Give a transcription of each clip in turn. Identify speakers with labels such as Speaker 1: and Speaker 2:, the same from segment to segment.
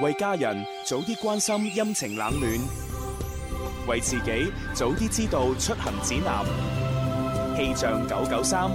Speaker 1: 為家人早啲關心陰晴冷暖，為自己早啲知道出行指南。氣象九九三，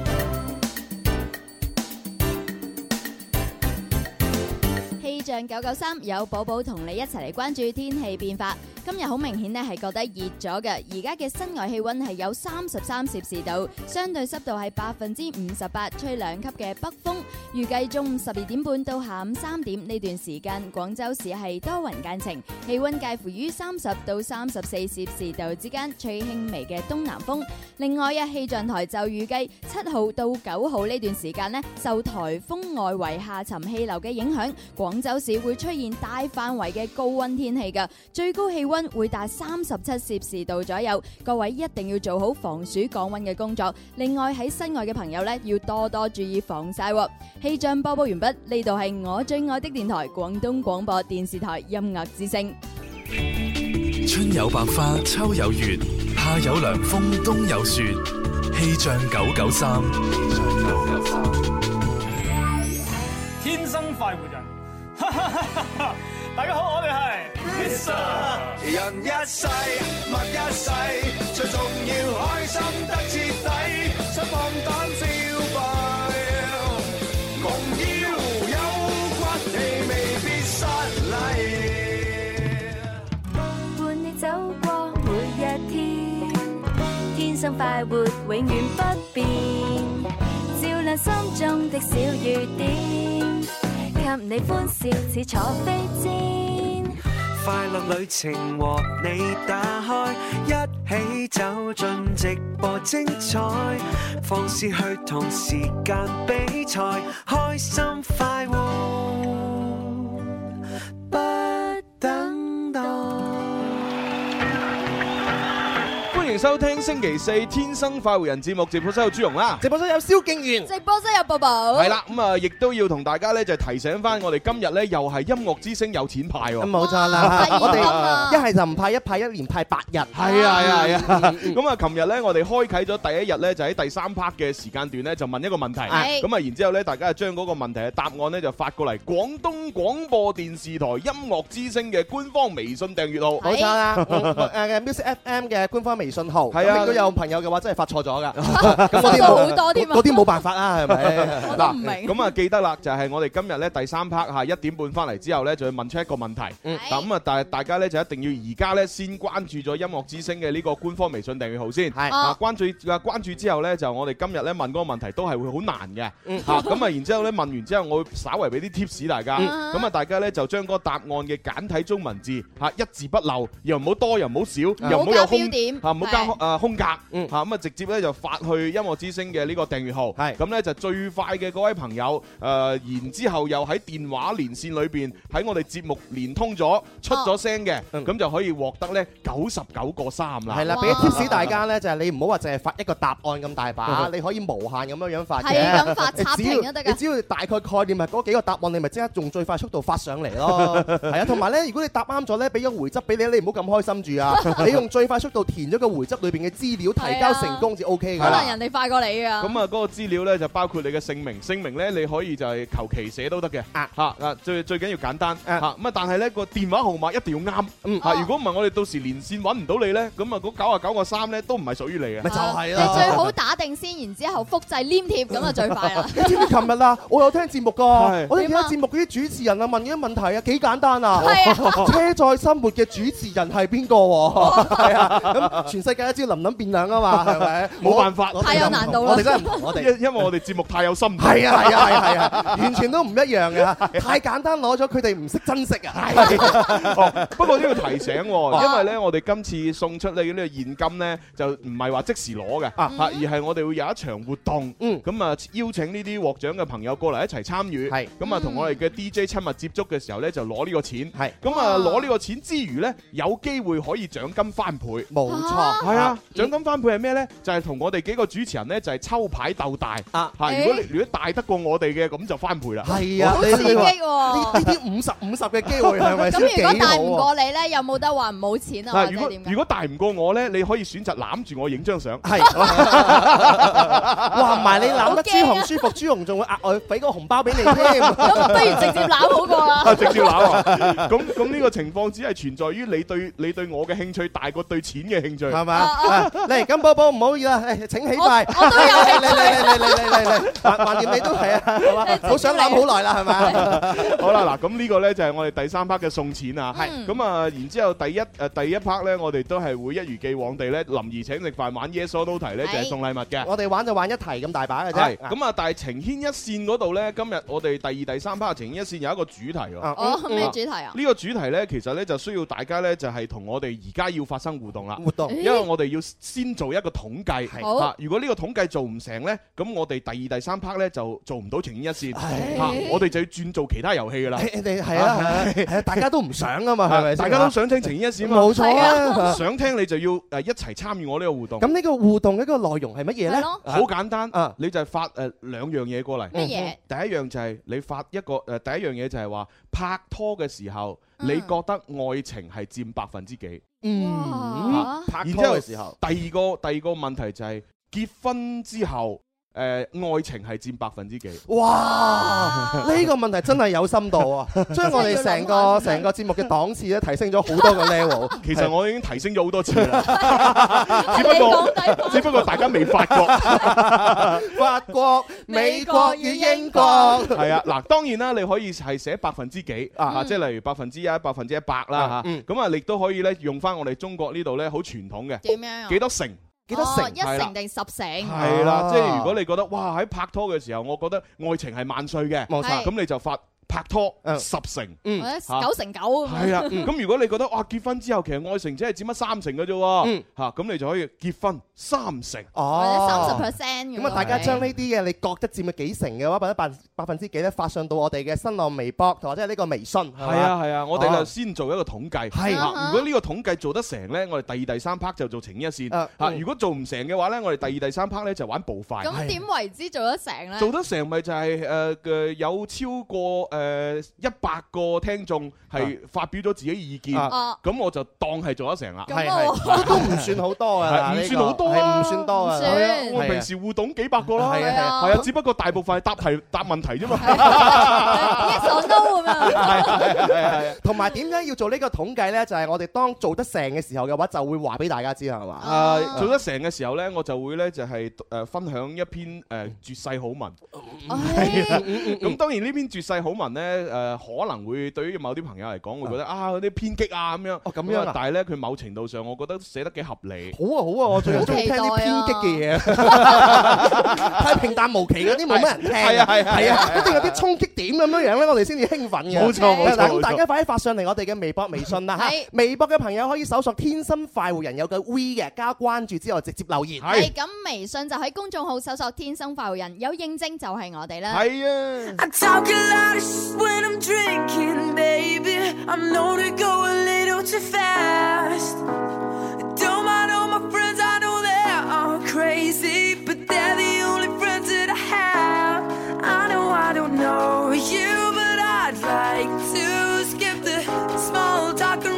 Speaker 2: 氣象九九三有寶寶同你一齊嚟關注天氣變化。今日好明顯呢係覺得熱咗嘅，而家嘅室外氣温係有三十三攝氏度，相對濕度係百分之五十八，吹兩級嘅北風。預計中午十二點半到下午三點呢段時間，廣州市係多雲間晴，氣温介乎於三十到三十四攝氏度之間，吹輕微嘅東南風。另外啊，氣象台就預計七號到九號呢段時間呢，受颱風外圍下沉氣流嘅影響，廣州市會出現大範圍嘅高温天氣㗎，最高氣温會達三十七攝氏度左右。各位一定要做好防暑降温嘅工作。另外喺室外嘅朋友呢，要多多注意防曬喎。氣象播報完畢，呢度係我最愛的電台廣東廣播電視台音樂之聲。
Speaker 3: 春有百花，秋有月，夏有涼風，冬有雪。氣象九九三，
Speaker 4: 天生快活人， 大家好，我哋係 Mr.
Speaker 5: 人一世物一世，最重要開心得徹底，想放膽消費，狂飆有骨氣未必失禮。
Speaker 6: 伴你走過每一天，天生快活永遠不變，照亮心中的小雨點，給你歡笑似坐飛氈。
Speaker 7: 快樂旅程和你打開，一起走進直播精彩，放肆去同時間比賽，開心快活，不等待。
Speaker 8: 歡迎收聽星期四《天生快活人》節目，直播室有朱容啦，直播室有蕭敬元。
Speaker 2: 直播室有寶寶，
Speaker 8: 係啦，咁啊，亦都要同大家咧就提醒翻，我哋今日咧又係音樂之聲有錢派喎，
Speaker 9: 冇錯啦，我
Speaker 2: 啊
Speaker 9: 哋一係就唔派一派，一連派八日。
Speaker 8: 係啊係啊係啊！咁啊，琴日咧，我哋開啟咗第一日咧，就喺第三 part 嘅時間段咧，就問一個問題。
Speaker 2: 係
Speaker 8: 咁啊，然之後咧，大家就將嗰個問題嘅答案咧，就發過嚟廣東廣播電視台音樂之聲嘅官方微信訂閱號。
Speaker 9: 冇錯啦，誒 Music FM 嘅官方微信號，
Speaker 8: 係啊
Speaker 9: 咁如果有朋友嘅話，真係發錯 咗㗎，
Speaker 2: 咁
Speaker 9: 咁
Speaker 2: 我
Speaker 9: 嗰啲
Speaker 2: 哋好多添啊，
Speaker 9: 嗰啲冇辦法啦， 係咪？
Speaker 2: 我都唔明。
Speaker 8: 咁啊，記得啦，就係我哋今日咧第三 part 嚇一點半翻嚟之後咧，就要問出一個問題。
Speaker 9: 嗯
Speaker 2: 係
Speaker 8: 咁啊，但係大家咧就一定要而家咧先關注咗音樂之聲嘅呢個官方微信訂閱號先。
Speaker 9: 係
Speaker 8: 啊
Speaker 2: 哦，
Speaker 8: 關注啊關注之後咧，就我哋今日咧問嗰個問題都係會好難嘅，
Speaker 9: 嗯
Speaker 8: 嚇咁 啊，然之後咧問完之後，我會稍為俾啲 tips 大家，
Speaker 2: 嗯
Speaker 8: 咁啊大家咧就將嗰個答案嘅簡體中文字嚇一字不漏，又唔好多，又唔好少，又唔好有
Speaker 2: 加
Speaker 8: 空
Speaker 2: 嗯標點
Speaker 8: 嚇，唔好加
Speaker 2: 係
Speaker 8: 誒空格嚇，
Speaker 9: 嗯
Speaker 8: 咁啊直接咧就發去音樂之聲嘅呢個訂閱號，
Speaker 9: 係
Speaker 8: 咁咧就最快嘅嗰位朋友誒，然之後又喺電話連線裏邊喺我哋節目連通咗出咗聲嘅，
Speaker 9: 嗯
Speaker 8: 咁就可以獲得咧九十九個三啦
Speaker 9: 係。啦，俾啲 tips 大家咧，就係你唔好話淨係發一個答案咁大 把，你可以無限咁樣樣發嘅。
Speaker 2: 係咁發插
Speaker 9: 你
Speaker 2: 屏都得
Speaker 9: 你
Speaker 2: 㗎。
Speaker 9: 只要大概概念係嗰幾個答案，你咪即刻用最快速度發上嚟 咯。係啊，同埋咧，如果你答啱咗咧，俾個回執俾你，你唔好咁開 心住啊！你用最快速度填咗個回執裏邊嘅資料，提交成功就 O K
Speaker 2: 可
Speaker 9: 㗎
Speaker 2: 能
Speaker 9: 啦。
Speaker 2: 人哋快過你㗎。
Speaker 8: 咁啊，嗰個資料咧就包括你嘅姓名，姓名咧你可以就係求其寫都得嘅，
Speaker 9: 啊
Speaker 8: 嚇啊最最緊要簡單嚇
Speaker 9: 啊
Speaker 8: 咁啊，但係咧個電話號碼一定要啱
Speaker 9: 嗯
Speaker 8: 嚇，
Speaker 2: 哦
Speaker 8: 如果唔係我哋到時連線揾唔到你咧，咁啊嗰九啊九個三咧都唔係屬於你嘅
Speaker 9: 咪。就係
Speaker 2: 你最
Speaker 9: 咯。
Speaker 2: 好打定先，然之後複製黏貼咁啊最快啦。
Speaker 9: 你知唔知琴日啊，我有聽節目
Speaker 8: 係
Speaker 9: 㗎，我哋聽節目嗰啲主持人啊問嗰啲問題啊幾簡單啊，
Speaker 2: 係
Speaker 9: 車載生活嘅主持人係邊個喎？係啊，咁全世界都知林林變兩啊嘛，係咪？
Speaker 8: 冇辦法
Speaker 9: 我
Speaker 2: 太有難度啦
Speaker 9: 我哋真係唔同，我
Speaker 8: 因
Speaker 9: 哋。
Speaker 8: 因為我哋節目太有深度，
Speaker 9: 係啊係啊係啊係啊，完全都唔一樣嘅，太簡單攞咗佢哋唔識珍惜啊！
Speaker 8: 哦不過都要提醒
Speaker 9: 哦
Speaker 8: 喎，因為咧我哋今次送出你呢個現金咧，就唔係話即時攞嘅
Speaker 9: 啊
Speaker 8: 嚇，而係我哋會有一場活動，
Speaker 9: 嗯
Speaker 8: 咁啊邀請呢啲獲獎嘅朋友過嚟一齊參與，
Speaker 9: 係嗯
Speaker 8: 咁啊同我哋嘅 DJ 親密接觸嘅時候咧，就攞呢個錢。
Speaker 9: 係
Speaker 8: 咁啊，
Speaker 2: 哇
Speaker 8: 攞呢個錢之餘呢，有機會可以獎金翻倍。
Speaker 9: 冇錯，
Speaker 8: 係啊，獎金翻倍係咩呢？就係同我哋幾個主持人呢，就係抽牌鬥大
Speaker 9: 啊
Speaker 8: 嚇。如果你如果大得過我哋嘅，咁就翻倍啦。
Speaker 9: 係啊，
Speaker 2: 好
Speaker 9: 你-
Speaker 2: 刺激
Speaker 9: 你話
Speaker 2: 喎！
Speaker 9: 呢啲50 50嘅機會係咪
Speaker 2: 咁如果大唔
Speaker 9: 先幾好啊？
Speaker 2: 過你咧，有冇得話冇錢啊？或
Speaker 8: 嗱，如
Speaker 2: 者
Speaker 8: 果
Speaker 2: 點
Speaker 8: 如
Speaker 2: 㗎？
Speaker 8: 果大唔過我呢，你可以選擇攬住我影張相。
Speaker 9: 係。哇，唔係你攬得
Speaker 2: 好驚啊。
Speaker 9: 朱紅舒服，朱紅仲會額外俾個紅包俾你添。
Speaker 2: 咁不如直接攬好過啦。
Speaker 8: 啊！直接攬啊！ 咁咁呢個情況只係存在於你對你對我嘅興趣大過對錢嘅興趣。
Speaker 9: 係嘛？
Speaker 2: 啊，啊。
Speaker 9: 啊，嚟，咁寶寶唔好意啦，誒，請起筷。
Speaker 2: 我我都有興趣。
Speaker 9: 嚟，嚟，嚟，嚟，嚟，嚟，嚟，嚟，橫-橫掂你都係啊，係嘛？
Speaker 2: 真係
Speaker 9: 好想攬好耐啦，係嘛？
Speaker 8: 好啦，嗱，咁呢個呢就係我哋第三 part 嘅送錢啊，
Speaker 2: 係
Speaker 8: 咁啊，然之後第一誒第一 part 呢，我哋都係會一如既往地呢，林兒請食飯玩 Yes or No 題呢，就係送禮物嘅。
Speaker 9: 我哋玩就玩一題咁大把嘅啫。
Speaker 8: 係咁啊！但係情牽一線嗰度呢，今日我哋第二、第三 part 情牽一線有一個主題喎。
Speaker 9: 啊，
Speaker 2: 哦，咩主題啊？
Speaker 8: 呢個主題呢，其實呢就需要大家呢，就係同我哋而家要發生互動啦。
Speaker 9: 活動。
Speaker 8: 因為我哋要先做一個統計，
Speaker 9: 係
Speaker 2: 好
Speaker 8: 啊如果呢個統計做唔成呢，咁我哋第二、第三 part 呢就做唔到情牽一線，
Speaker 9: 唉
Speaker 8: 啊我哋就要轉做其他遊戲噶啦。
Speaker 9: 你-你-係啊，係啊，係啊，大家都唔想啊嘛，係咪先？
Speaker 8: 大家都想聽情牽一線嘛，
Speaker 9: 冇錯啊。
Speaker 8: 想聽你就要誒一齊參與我呢個互動。
Speaker 9: 咁呢個互動嘅一個內容係乜嘢呢？
Speaker 2: 係咯，
Speaker 8: 好簡單
Speaker 9: 啊，
Speaker 8: 你就係發誒兩樣嘢過嚟。
Speaker 2: 乜嘢？
Speaker 8: 第一樣就係你發一個誒，第一樣嘢就係話拍拖嘅時候，
Speaker 2: 嗯
Speaker 8: 你覺得愛情係佔百分之幾？
Speaker 9: Ừ. 嗯，
Speaker 2: 哇！
Speaker 9: 拍
Speaker 8: 然之後第二個第二個問題就係結婚之後，誒愛情係佔百分之幾？
Speaker 9: Ừ. 哇！呢個問題真係有深度 啊，將我哋成個成個節目嘅檔次咧提升咗好多 個 level。
Speaker 8: 其實我已經提升咗好多次啦，
Speaker 2: 你
Speaker 8: 只不過
Speaker 2: 講低
Speaker 8: 只不過大家未發覺。
Speaker 9: 係法國、美國與英國，
Speaker 8: 係啊，嗱，當然啦，你可以係寫百分之幾啊，即係例如百分之一、百分之一百啦嚇。
Speaker 9: 嗯
Speaker 8: 咁啊，你都可以咧用翻我哋中國呢度咧好傳統嘅
Speaker 2: 點樣啊？
Speaker 8: 幾多成
Speaker 9: 幾多
Speaker 2: 哦
Speaker 9: 成？
Speaker 2: 一成定十成？
Speaker 8: 係啦，
Speaker 9: 啊
Speaker 8: 即係如果你覺得哇喺拍拖嘅時候，我覺得愛情係萬歲嘅，啊
Speaker 9: 冇
Speaker 2: 係
Speaker 9: 錯，
Speaker 8: 咁你就發拍拖
Speaker 9: 嗯啊
Speaker 8: 十成。
Speaker 9: 嗯
Speaker 2: 或者
Speaker 8: 嚇
Speaker 2: 九成九咁樣
Speaker 8: 係啦，咁如果你覺得哇結婚之後其實愛情只係佔乜三成嘅啫喎
Speaker 9: 嗯，
Speaker 8: 嚇咁你就可以結婚三成。
Speaker 2: 或
Speaker 9: 哦。
Speaker 2: 者三十 percent 咁樣。
Speaker 9: 咁啊，大家將呢啲嘢你覺得佔嘅幾成嘅話，或者百百分之幾咧，發上到我哋嘅新浪微博同或者係呢個微信，係
Speaker 8: 係
Speaker 9: 嘛？
Speaker 8: 啊係啊，我哋就
Speaker 9: 哦
Speaker 8: 先做一個統計。
Speaker 9: 係
Speaker 8: 啊如果呢個統計做得成呢，我哋第二第三 part 就做情一線。
Speaker 9: 啊
Speaker 8: 啊，
Speaker 9: 嗯
Speaker 8: 如果做唔成嘅話呢，我哋第二第三 part 呢就玩步快。
Speaker 2: 咁點為之做得成咧？
Speaker 8: 做得成咪就係誒嘅有超過誒一百個聽眾係發表咗自己意見，
Speaker 9: 啊
Speaker 2: 哦，
Speaker 8: 咁我就當係做得成啦。
Speaker 9: 係
Speaker 2: 咁啊
Speaker 9: 係，都都唔算好多啊
Speaker 8: 係
Speaker 9: 啦，
Speaker 8: 唔
Speaker 9: 呢
Speaker 8: 算
Speaker 9: 個
Speaker 8: 好多啊
Speaker 9: 係唔算多啊
Speaker 2: 唔。算
Speaker 8: 係啊我平時互動幾百個啦，
Speaker 9: 係
Speaker 2: 係啊
Speaker 8: 係啊，只不過大部分係答題答問題啫嘛。
Speaker 2: yes or no 咁 樣。
Speaker 9: 同埋點解要做呢個統計呢？就係我哋當做得成嘅時候嘅話，就會話俾大家知啦，係嘛？
Speaker 8: 啊，做得成嘅時候呢，我就會呢，就係誒分享一篇誒絕世好文。
Speaker 2: 唉
Speaker 8: 咁當然呢篇絕世好文呢，誒可能會對於某啲朋友嚟講，會覺得啊嗰啲偏激啊咁樣。
Speaker 9: 哦咁樣啊
Speaker 8: 但係呢，佢某程度上，我覺得寫得幾合理。
Speaker 9: 好啊好啊，我最近
Speaker 2: 好
Speaker 9: 中意
Speaker 2: 期
Speaker 9: 聽
Speaker 2: 待
Speaker 9: 啲
Speaker 2: 啊
Speaker 9: 偏激嘅嘢，啊 太平淡無奇嗰啲冇乜人聽。
Speaker 8: 係啊係啊
Speaker 9: 係啊，一定有啲衝擊點咁樣樣咧，我哋先至興奮嘅。
Speaker 8: 冇錯冇錯
Speaker 9: 嗱
Speaker 8: 冇錯
Speaker 9: 咁大家快啲發上嚟我哋嘅微博、微信啦嚇
Speaker 2: 係。
Speaker 9: 微博嘅朋友可以搜索「天生快活人」有個 V 嘅，加關注之後直接留言。
Speaker 2: 係咁，微信就喺公眾號搜索「天生快活人」，有應徵就係我哋啦。
Speaker 8: 係啊。
Speaker 6: I talk a lot of shit when I'm drinking, baby. I'm known to go a little too fast. Don't mind all my friends, I know they are crazy, but they're the only friends that I have. I know I don't know you, but I'd like to skip the small talk and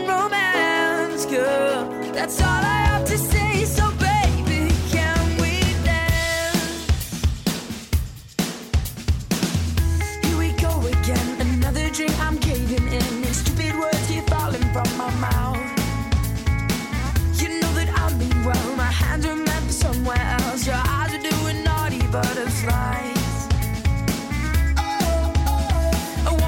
Speaker 6: romance, girl. That's all I have to say, so baby, can we dance? Here we go again, another drink Oh,
Speaker 10: Oh,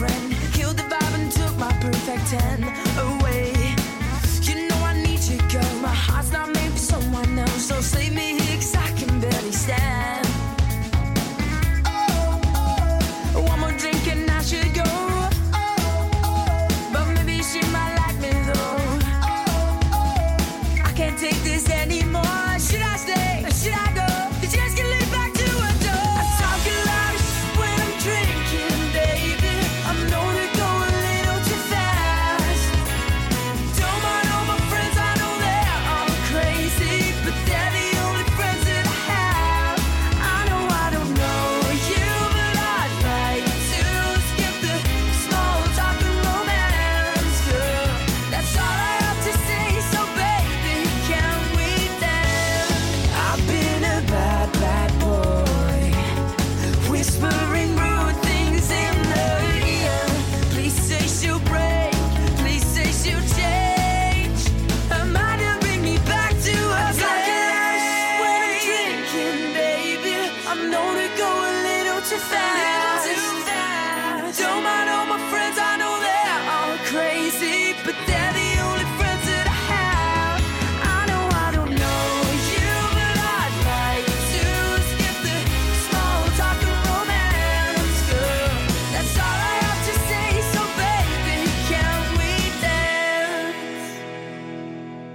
Speaker 10: Oh,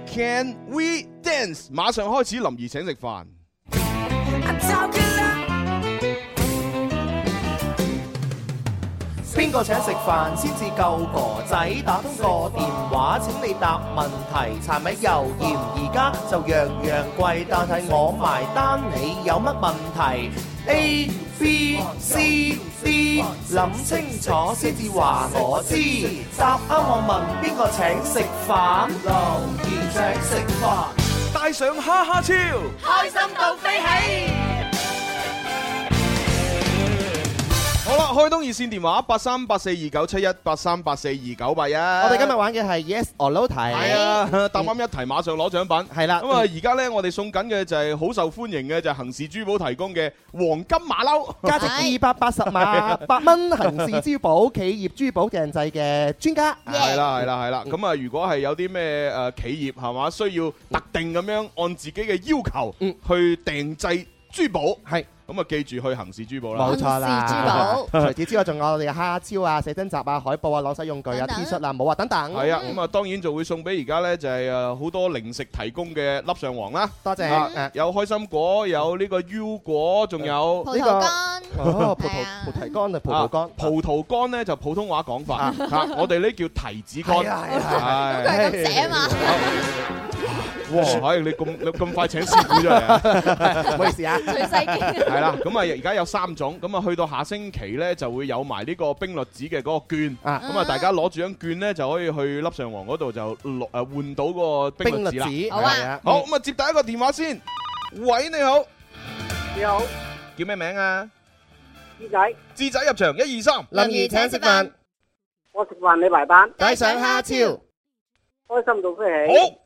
Speaker 8: Can we dance？馬上開始，林怡請食飯。
Speaker 11: 邊個請食飯先至夠婆仔？打通個電話請你答問題，柴米油鹽而家就樣樣貴，但係我埋單，你有乜問題？A B C D，諗清楚先至話我知。答啱我問邊個請食飯？留言請食飯，
Speaker 8: 帶上哈哈超，
Speaker 11: 開心到飛起。
Speaker 8: 好啦，開通熱線電話八三八四二九七一八三八四二九八一。
Speaker 9: 我
Speaker 8: 我
Speaker 9: 哋今日玩嘅係 Yes or No 題，
Speaker 8: 係啊，答啱一題馬上攞獎品。
Speaker 9: 係啦
Speaker 8: 咁啊而家咧我哋送緊嘅就係好受歡迎嘅就係恒氏珠寶提供嘅黃金馬騮，
Speaker 9: 價值二百八十萬八蚊恒氏珠寶企業珠寶訂製嘅專家。
Speaker 8: 係啦係啦係啦，咁啊如果係有啲咩誒企業係嘛，需要特定咁樣按自己嘅要求去訂製珠寶，
Speaker 9: 嗯係
Speaker 8: 咁啊記住去恒氏珠寶啦。
Speaker 9: 冇錯啦，
Speaker 2: 恒氏
Speaker 9: 除此之外，仲有我哋嘅蝦超啊、寫真集啊、海報啊、攞手用具啊、
Speaker 2: 等等
Speaker 9: T 恤啊、帽啊等等。
Speaker 8: 係啊，咁啊當然就會送俾而家呢，就係誒好多零食提供嘅粒上皇啦，
Speaker 9: 多謝
Speaker 8: 啊
Speaker 9: 誒
Speaker 8: 有開心果，有呢個腰果，仲有。
Speaker 2: 葡
Speaker 9: 呢
Speaker 2: 萄
Speaker 9: 個
Speaker 2: 乾，
Speaker 9: 哦，葡
Speaker 2: 係啊
Speaker 9: 萄葡提乾啊，葡萄
Speaker 8: 啊
Speaker 9: 乾。
Speaker 8: 葡萄乾咧就普通話講法，
Speaker 9: 啊
Speaker 8: 啊我哋呢叫提子乾。
Speaker 9: 係啊係啊
Speaker 8: 係
Speaker 2: 佢係咁寫啊嘛，
Speaker 8: 哇！係你咁你咁快請師傅出嚟啊？
Speaker 9: 唔好 意思啊，
Speaker 2: 最細經。
Speaker 8: 係啦，咁啊而家有三種，咁啊去到下星期咧就會有埋呢個冰栗子嘅嗰個券，
Speaker 9: 啊
Speaker 8: 咁啊大家攞住張券咧就可以去粒上皇嗰度就攞誒換到個冰
Speaker 9: 冰
Speaker 8: 栗
Speaker 9: 栗
Speaker 8: 子啦。
Speaker 9: 子
Speaker 2: 好啊
Speaker 9: 係
Speaker 8: 好，咁啊接第一個電話先。喂，你好，
Speaker 12: 你好，
Speaker 8: 叫咩名啊？
Speaker 12: 師仔，
Speaker 8: 志仔入場，一二三。
Speaker 9: 林怡請食飯，
Speaker 12: 我食飯你埋單，
Speaker 9: 帶上蝦
Speaker 12: 開
Speaker 9: 超。
Speaker 12: 心到飛起。
Speaker 8: 好。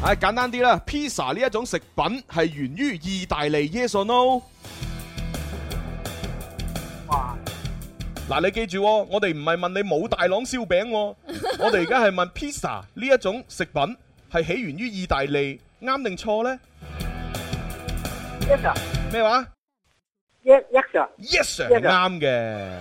Speaker 8: 唉，簡單啲啦，pizza 呢一種食品係源於意大利，yes or no？
Speaker 12: 哇，
Speaker 8: 嗱，你記住喎，我哋唔係問你冇大郎燒 餅喎，我哋而家係問 pizza 呢一種食品係起源於意大利，啱定錯呢？
Speaker 12: 一實
Speaker 8: 咩話
Speaker 12: 一一實，
Speaker 8: ？Yes sir，
Speaker 12: Yes, sir
Speaker 8: 啱嘅。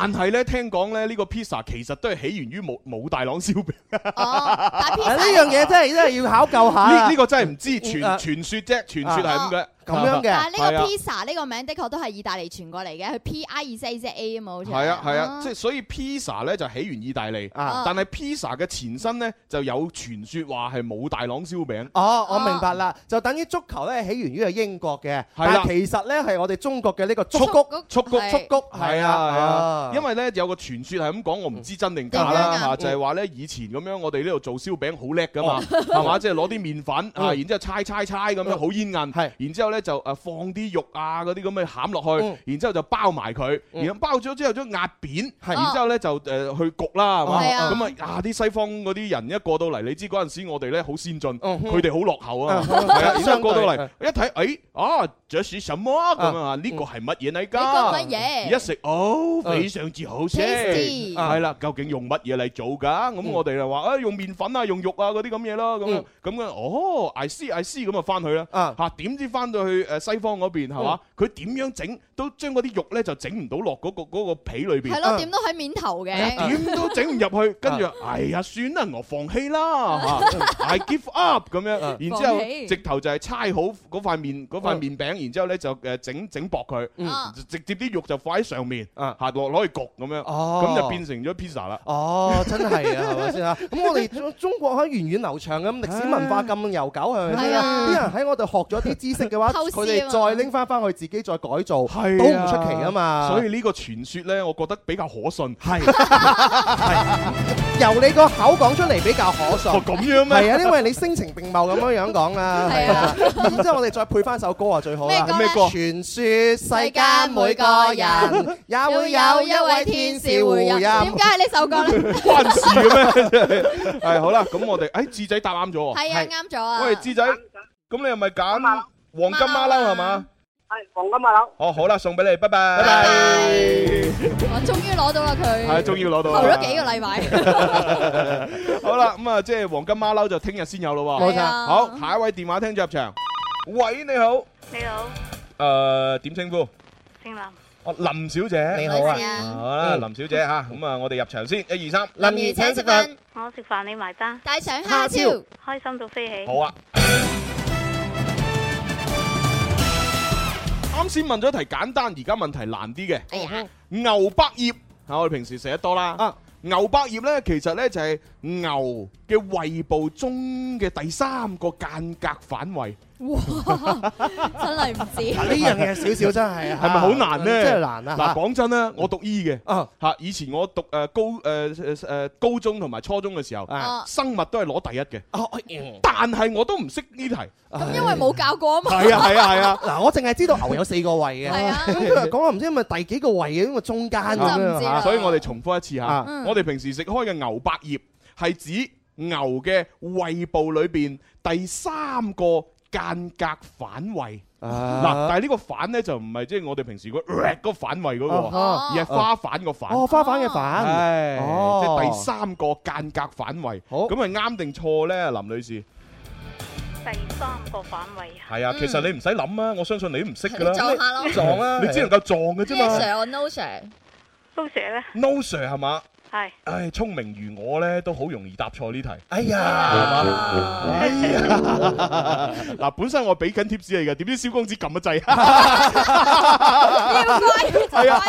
Speaker 8: 但係呢，聽講咧呢個 pizza 其實都係起源於冇冇大郎燒餅。
Speaker 2: 哦，打
Speaker 9: 啊
Speaker 2: pizza
Speaker 9: 呢樣嘢真係真係要考究下
Speaker 8: 呢
Speaker 9: 啊
Speaker 8: 呢個真係唔知，傳
Speaker 9: 啊
Speaker 8: 傳說啫，傳說係咁嘅。
Speaker 9: 咁樣嘅
Speaker 2: 但。係
Speaker 8: 係
Speaker 2: 呢
Speaker 8: 啊
Speaker 2: 個 pizza 呢個名的確都係意大利傳過嚟嘅，佢 P I 二四二四 A 啊哦嘛，好似
Speaker 8: 係啊係啊，即係所以 pizza 咧就起源意大利，
Speaker 9: 啊
Speaker 8: 但係 pizza 嘅前身咧就有傳說話係冇大郎燒餅。
Speaker 9: 哦，我明白啦，就等於足球咧起源於係英國嘅，但係其實咧係我哋中國嘅呢個蹴鞠，
Speaker 8: 蹴鞠
Speaker 9: 蹴鞠係啊，
Speaker 8: 因為咧有個傳說係咁講，我唔知真定假
Speaker 2: 點樣
Speaker 8: 啦
Speaker 2: 啊
Speaker 8: 嚇，就係話咧以前咁樣我哋呢度做燒餅好叻噶嘛，係嘛？即係攞啲麵粉啊，
Speaker 9: 嗯
Speaker 8: 然之後猜猜猜咁樣好煙韌，
Speaker 9: 係
Speaker 8: 然之後咧就誒呃放啲肉啊嗰啲咁嘅餡落去
Speaker 9: 嗯，
Speaker 8: 然之後就包埋佢，然後包咗之後將壓扁，
Speaker 9: 係哦
Speaker 8: 然之後咧就誒呃去焗啦，係嘛？
Speaker 2: 係啊
Speaker 8: 咁啊啊啲西方嗰啲人一過到嚟，你知嗰陣時我哋咧好先進，
Speaker 9: 嗯哼
Speaker 8: 佢哋好落後啊嘛，
Speaker 9: 嗯
Speaker 8: 係啊，然之後過到嚟
Speaker 9: 相
Speaker 8: 一睇，誒啊這是什麼咁樣
Speaker 9: 嗯
Speaker 8: 啊？呢個係乜嘢嚟㗎？
Speaker 2: 呢個乜嘢
Speaker 8: 一食哦，非常之好食。
Speaker 2: 嗯 Tasty 嗯
Speaker 8: 係啦，究竟用乜嘢嚟做㗎？咁我哋就話啊，用麵粉啊，用肉啊嗰啲咁嘢咯。咁樣
Speaker 9: 嗯
Speaker 8: 咁啊，哦，I see I see 咁啊，翻去啦。
Speaker 9: 啊
Speaker 2: 嗯
Speaker 8: 嚇點知翻到去誒西方嗰邊係嘛？佢點樣整都將嗰啲肉咧就整唔到落嗰個嗰個皮裏邊
Speaker 2: 係。咯，點都喺面頭嘅，
Speaker 8: 點都整唔入去，跟住哎呀算啦，我放棄啦嚇，I give up 咁樣，然之
Speaker 2: 嗯放
Speaker 8: 後
Speaker 2: 棄嗯
Speaker 8: 直頭就係猜好嗰塊面嗰塊面餅，然之後咧就誒整整薄佢，
Speaker 2: 啊
Speaker 8: 直接啲肉就放喺上面
Speaker 9: 啊
Speaker 8: 嚇落攞去焗咁樣，
Speaker 9: 哦
Speaker 8: 咁就變成咗 pizza 啦。
Speaker 9: 哦，真係啊，係咪先啊？咁我哋中中國可以源遠流長咁，歷史文化咁悠久係咪
Speaker 2: 係
Speaker 9: 先
Speaker 2: 啊
Speaker 9: 啊？啲人喺我哋學咗啲知識嘅話，
Speaker 2: 偷師啊嘛
Speaker 9: 佢哋再拎翻翻去自己再改造，都唔出
Speaker 8: 係啊
Speaker 9: 奇啊嘛。
Speaker 8: 所以呢個傳說咧，我覺得比較可信。
Speaker 9: 係係由你個口講出嚟比較可 信
Speaker 8: 哦。咁樣
Speaker 9: 係
Speaker 8: 咩？
Speaker 9: 啊，因為你聲情並茂咁樣樣講啦，
Speaker 2: 係
Speaker 9: 係
Speaker 2: 啊
Speaker 9: 啊，然之後我哋再配翻首歌啊，最好
Speaker 2: 咩
Speaker 9: 啦
Speaker 2: 歌。呢
Speaker 8: 咩歌
Speaker 9: 傳說世間每個人也會有一位天使護
Speaker 2: 點
Speaker 9: 蔭。
Speaker 2: 解係呢首歌咧？
Speaker 8: 關事嘅咩？ 真係係好啦，咁我哋哎誒智仔答啱咗喎。
Speaker 2: 係啊，啱咗啊！
Speaker 8: 喂，智仔，咁你係咪揀黃金馬騮係嘛？
Speaker 12: 係黃金馬騮，
Speaker 8: 哦，好啦，送俾你，拜拜，拜
Speaker 2: 拜我終於攞到啦
Speaker 8: 係，
Speaker 2: 佢，
Speaker 8: 終於攞到啦，
Speaker 2: 投咗幾個禮拜，
Speaker 8: 好啦，咁啊，即係黃金馬騮就聽日先有咯喎。
Speaker 9: 冇錯
Speaker 2: 係啊
Speaker 8: 好，下一位電話聽眾入場。喂，你好，
Speaker 6: 你好，
Speaker 8: 誒點稱呼？
Speaker 6: 姓林，
Speaker 8: 哦，林小姐，
Speaker 13: 你好啊係啊
Speaker 8: 好啦，林小姐吓，咁啊，我哋入場先，一二三，
Speaker 13: 林怡請食飯，我食飯你埋單，
Speaker 2: 帶上
Speaker 8: 蝦超，
Speaker 13: 開心到飛起。
Speaker 8: 好啊。啱先問咗題簡單，而家問題難啲嘅。牛百葉嚇，我哋平時食得多啦。牛百葉呢，其實呢就係牛嘅胃部中嘅第三個間隔反胃。
Speaker 2: 真係唔知。
Speaker 9: 呢樣嘢少少真係啊
Speaker 8: 係咪好難呢？
Speaker 9: 真係難啊
Speaker 8: 嗱，講真啦，我讀醫嘅嚇，以前我讀誒高誒誒誒高中同埋初中嘅時候
Speaker 2: 啊，
Speaker 8: 生物都係攞第一嘅。但係我都唔識呢題。
Speaker 2: 咁因為冇教過啊嘛。
Speaker 8: 係啊係啊係啊！
Speaker 9: 嗱，我淨係知道牛有四個胃嘅，
Speaker 2: 係啊
Speaker 9: 咁佢又講話唔知係咪第幾個胃嘅，因為中間咁樣嚇
Speaker 8: 啊所以我哋重複一次嚇
Speaker 9: 啊，
Speaker 8: 我哋平時食開嘅牛百葉係指牛嘅胃部裏邊第三個間隔反胃。
Speaker 9: 啊
Speaker 8: 嗱，但係呢個反呢，就唔係即係我哋平時個個反胃嗰個喎，
Speaker 9: 啊
Speaker 8: 而係花瓣個反。
Speaker 9: 哦，花瓣嘅
Speaker 8: 係
Speaker 9: 瓣，
Speaker 8: 即係第三個間隔反胃。咁係啱定錯呢？林女士？
Speaker 13: 第三個反胃啊，
Speaker 8: 係啊，其實你唔使諗啊，我相信你都唔識㗎啦。
Speaker 13: 你撞下咯
Speaker 8: 撞啊啦，你只能夠撞嘅啫嘛。
Speaker 13: 我 no sir，no sir 咧
Speaker 8: No sir 係嘛？
Speaker 13: 啊係
Speaker 8: 唉，聰明如我咧，都好容易答錯呢題。
Speaker 9: 哎
Speaker 8: 呀，哎呀，嗱，本身我俾緊貼士你嘅，點知蕭公子撳一掣， 係啊，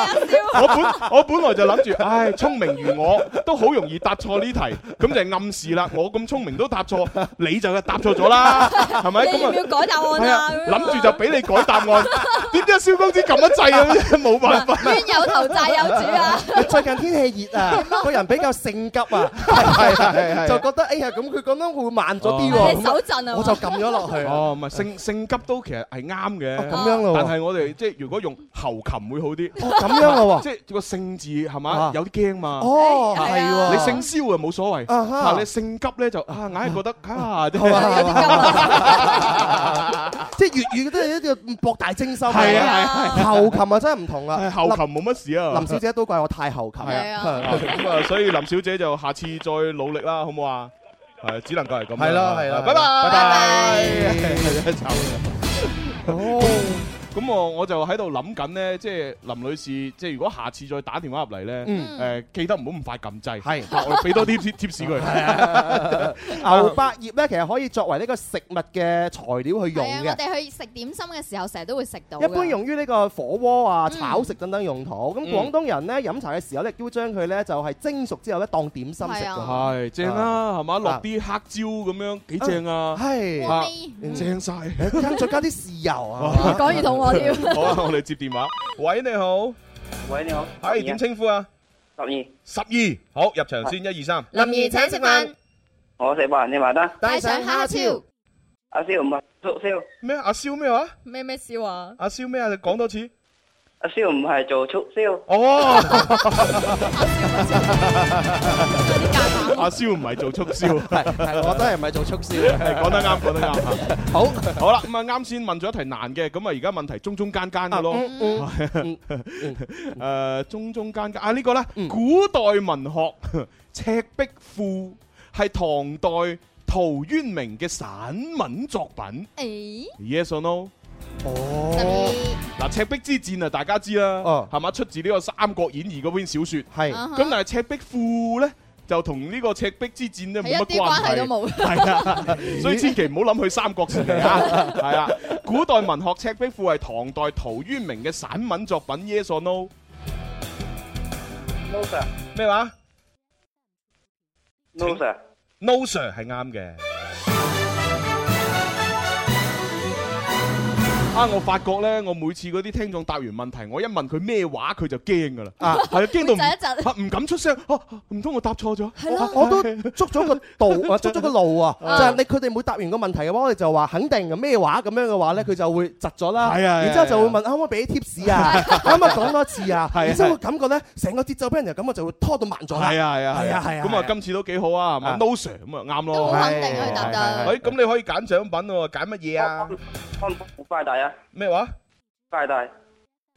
Speaker 8: 我本我本來就諗住，唉，聰明如我，都好容易答錯呢題，咁就暗示啦，我咁聰明都答錯，你就答錯咗 啦，係咪？
Speaker 2: 你
Speaker 8: 咁
Speaker 2: 要
Speaker 8: 啊
Speaker 2: 唔要改答案
Speaker 8: 係
Speaker 2: 啊
Speaker 8: 啊？諗住就俾你改答案，點知蕭公子撳一掣啊，冇辦 法。
Speaker 2: 冤有頭債有主啊！
Speaker 9: 最近天氣熱啊，個人比較性急啊，
Speaker 8: 係係係
Speaker 9: 就覺得哎呀咁佢咁樣會慢咗啲
Speaker 2: 哦
Speaker 9: 喎，
Speaker 2: 你手震啊
Speaker 9: 我就撳咗落去。
Speaker 8: 哦，唔係性性急都其實係啱嘅，
Speaker 9: 咁樣咯喎
Speaker 8: 但係我哋即係如果用喉琴會好啲。
Speaker 9: 哦咁樣咯喎
Speaker 8: 即係個性字係嘛，有啲驚嘛。
Speaker 9: 哦
Speaker 8: 啊
Speaker 9: 係喎
Speaker 8: 你性燒啊冇所謂，
Speaker 9: 啊哈
Speaker 8: 但係你性急咧就啊，硬係覺得啊，
Speaker 9: 係嘛有啲
Speaker 8: 急。
Speaker 9: 即係粵語都係一個博大精深。
Speaker 8: 啊係啊
Speaker 2: à.
Speaker 8: 係啊係啊
Speaker 9: 後琴啊真係唔同啦。
Speaker 8: 後琴冇乜事啊。
Speaker 9: 林小姐都怪我太後琴。
Speaker 2: à.
Speaker 8: 係
Speaker 2: Ừ.
Speaker 8: 啊， 咁啊，所以林小姐就下次再努力啦，好唔好啊？係，只能夠係咁。
Speaker 9: 係咯係咯
Speaker 8: 拜拜，
Speaker 9: 拜
Speaker 8: 拜，走。哦， 咁我我就喺度諗緊呢，即係林女士，即係如果下次再打電話入嚟
Speaker 9: 嗯
Speaker 8: 呢，誒記得唔好咁快撳掣，
Speaker 9: 係
Speaker 8: 我哋俾多啲貼貼 士佢。啊
Speaker 9: 牛百葉咧，其實可以作為呢個食物嘅材料去用
Speaker 2: 係啊，我
Speaker 9: 嘅。
Speaker 2: 哋去食點心嘅時候，成日都會食到㗎。
Speaker 9: 一般用於呢個火鍋啊、炒食等等用途。咁
Speaker 2: 嗯
Speaker 9: 廣東人咧飲茶嘅時候咧，亦都將佢咧就係蒸熟之後咧當點心食
Speaker 2: 係
Speaker 9: 嘅。
Speaker 2: 啊
Speaker 8: 係正啦，係嘛？落啲黑椒咁樣幾正啊！
Speaker 9: 係
Speaker 2: Ờ.
Speaker 8: 啊
Speaker 2: Ừ.
Speaker 9: 嗯
Speaker 8: 正 晒，
Speaker 9: 跟再加啲豉油啊！
Speaker 2: 講完肚餓 添
Speaker 8: 好啊，我哋接電話。喂，你好。喂，你好。係點稱呼啊？
Speaker 12: 十二。
Speaker 8: 十二。好，入場先，一二三。
Speaker 12: 林怡請食飯。我食飯，你埋單。
Speaker 8: 帶上蝦超。
Speaker 12: 阿蕭唔係做燒。
Speaker 8: 咩？阿蕭咩話？
Speaker 2: 咩咩笑啊？
Speaker 8: 阿蕭咩啊？你講多次。
Speaker 12: 阿蕭唔係做促銷。
Speaker 8: 哦。 阿蕭唔係做促銷，
Speaker 9: 係我都係唔係做促銷嘅
Speaker 8: 係講得啱，講得啱。好，好啦，咁啊啱先問咗一題難嘅，咁啊而家問題中中間間嘅咯
Speaker 9: 啊嗯。
Speaker 2: 嗯
Speaker 8: 誒中中間間啊呢個咧，古代文學赤壁賦係唐代陶淵明嘅散文作品。
Speaker 2: 誒，
Speaker 8: Yes or no？
Speaker 9: 哦，
Speaker 8: 嗱，赤壁之戰啊，大家知啦，係嘛？出自呢個《三國演義》嗰篇小説。
Speaker 9: 係
Speaker 2: 哦啊哈
Speaker 8: 咁，但係赤壁賦咧。就同呢個赤壁之戰咧
Speaker 2: 係
Speaker 8: 冇乜
Speaker 2: 一啲關係都冇
Speaker 8: 係啊， 所以千祈唔好諗去三國 時期啊，係啊，古代文學《赤壁賦》係唐代陶淵明嘅散文作品，Yes or No？
Speaker 12: No sir。
Speaker 8: 咩話
Speaker 12: ？No sir。
Speaker 8: No sir 係啱嘅。啊！我發覺咧，我每次嗰啲聽眾答完問題，我一問佢咩話，佢就驚噶啦，
Speaker 9: 啊
Speaker 8: 係啊，驚到唔
Speaker 9: 會窒一窒
Speaker 8: 啊唔敢出聲，啊唔通我答錯咗？
Speaker 9: 我我都捉咗個 道，啊捉咗個路啊！就
Speaker 8: 啊
Speaker 9: 係你佢哋每答完個問題嘅話，我哋就話肯定嘅咩話咁樣嘅話咧，佢就會窒咗啦。
Speaker 8: 係啊係啊
Speaker 9: 然之後就會問可唔可以俾啲 tips 啊？可唔可以講多次啊？
Speaker 8: 係啊
Speaker 9: 然之後會感覺咧，成個節奏俾人就感覺就會拖到慢咗啦。
Speaker 8: 係啊係啊
Speaker 9: 係啊係啊！
Speaker 8: 咁啊，今次都幾好啊，係嘛？No sir 咁啊，啱咯。
Speaker 9: 都好肯定佢答得係係係
Speaker 8: 哎咁你可以揀獎品喎，揀乜嘢啊？
Speaker 12: 快大啊！
Speaker 8: 咩話？
Speaker 12: 快大。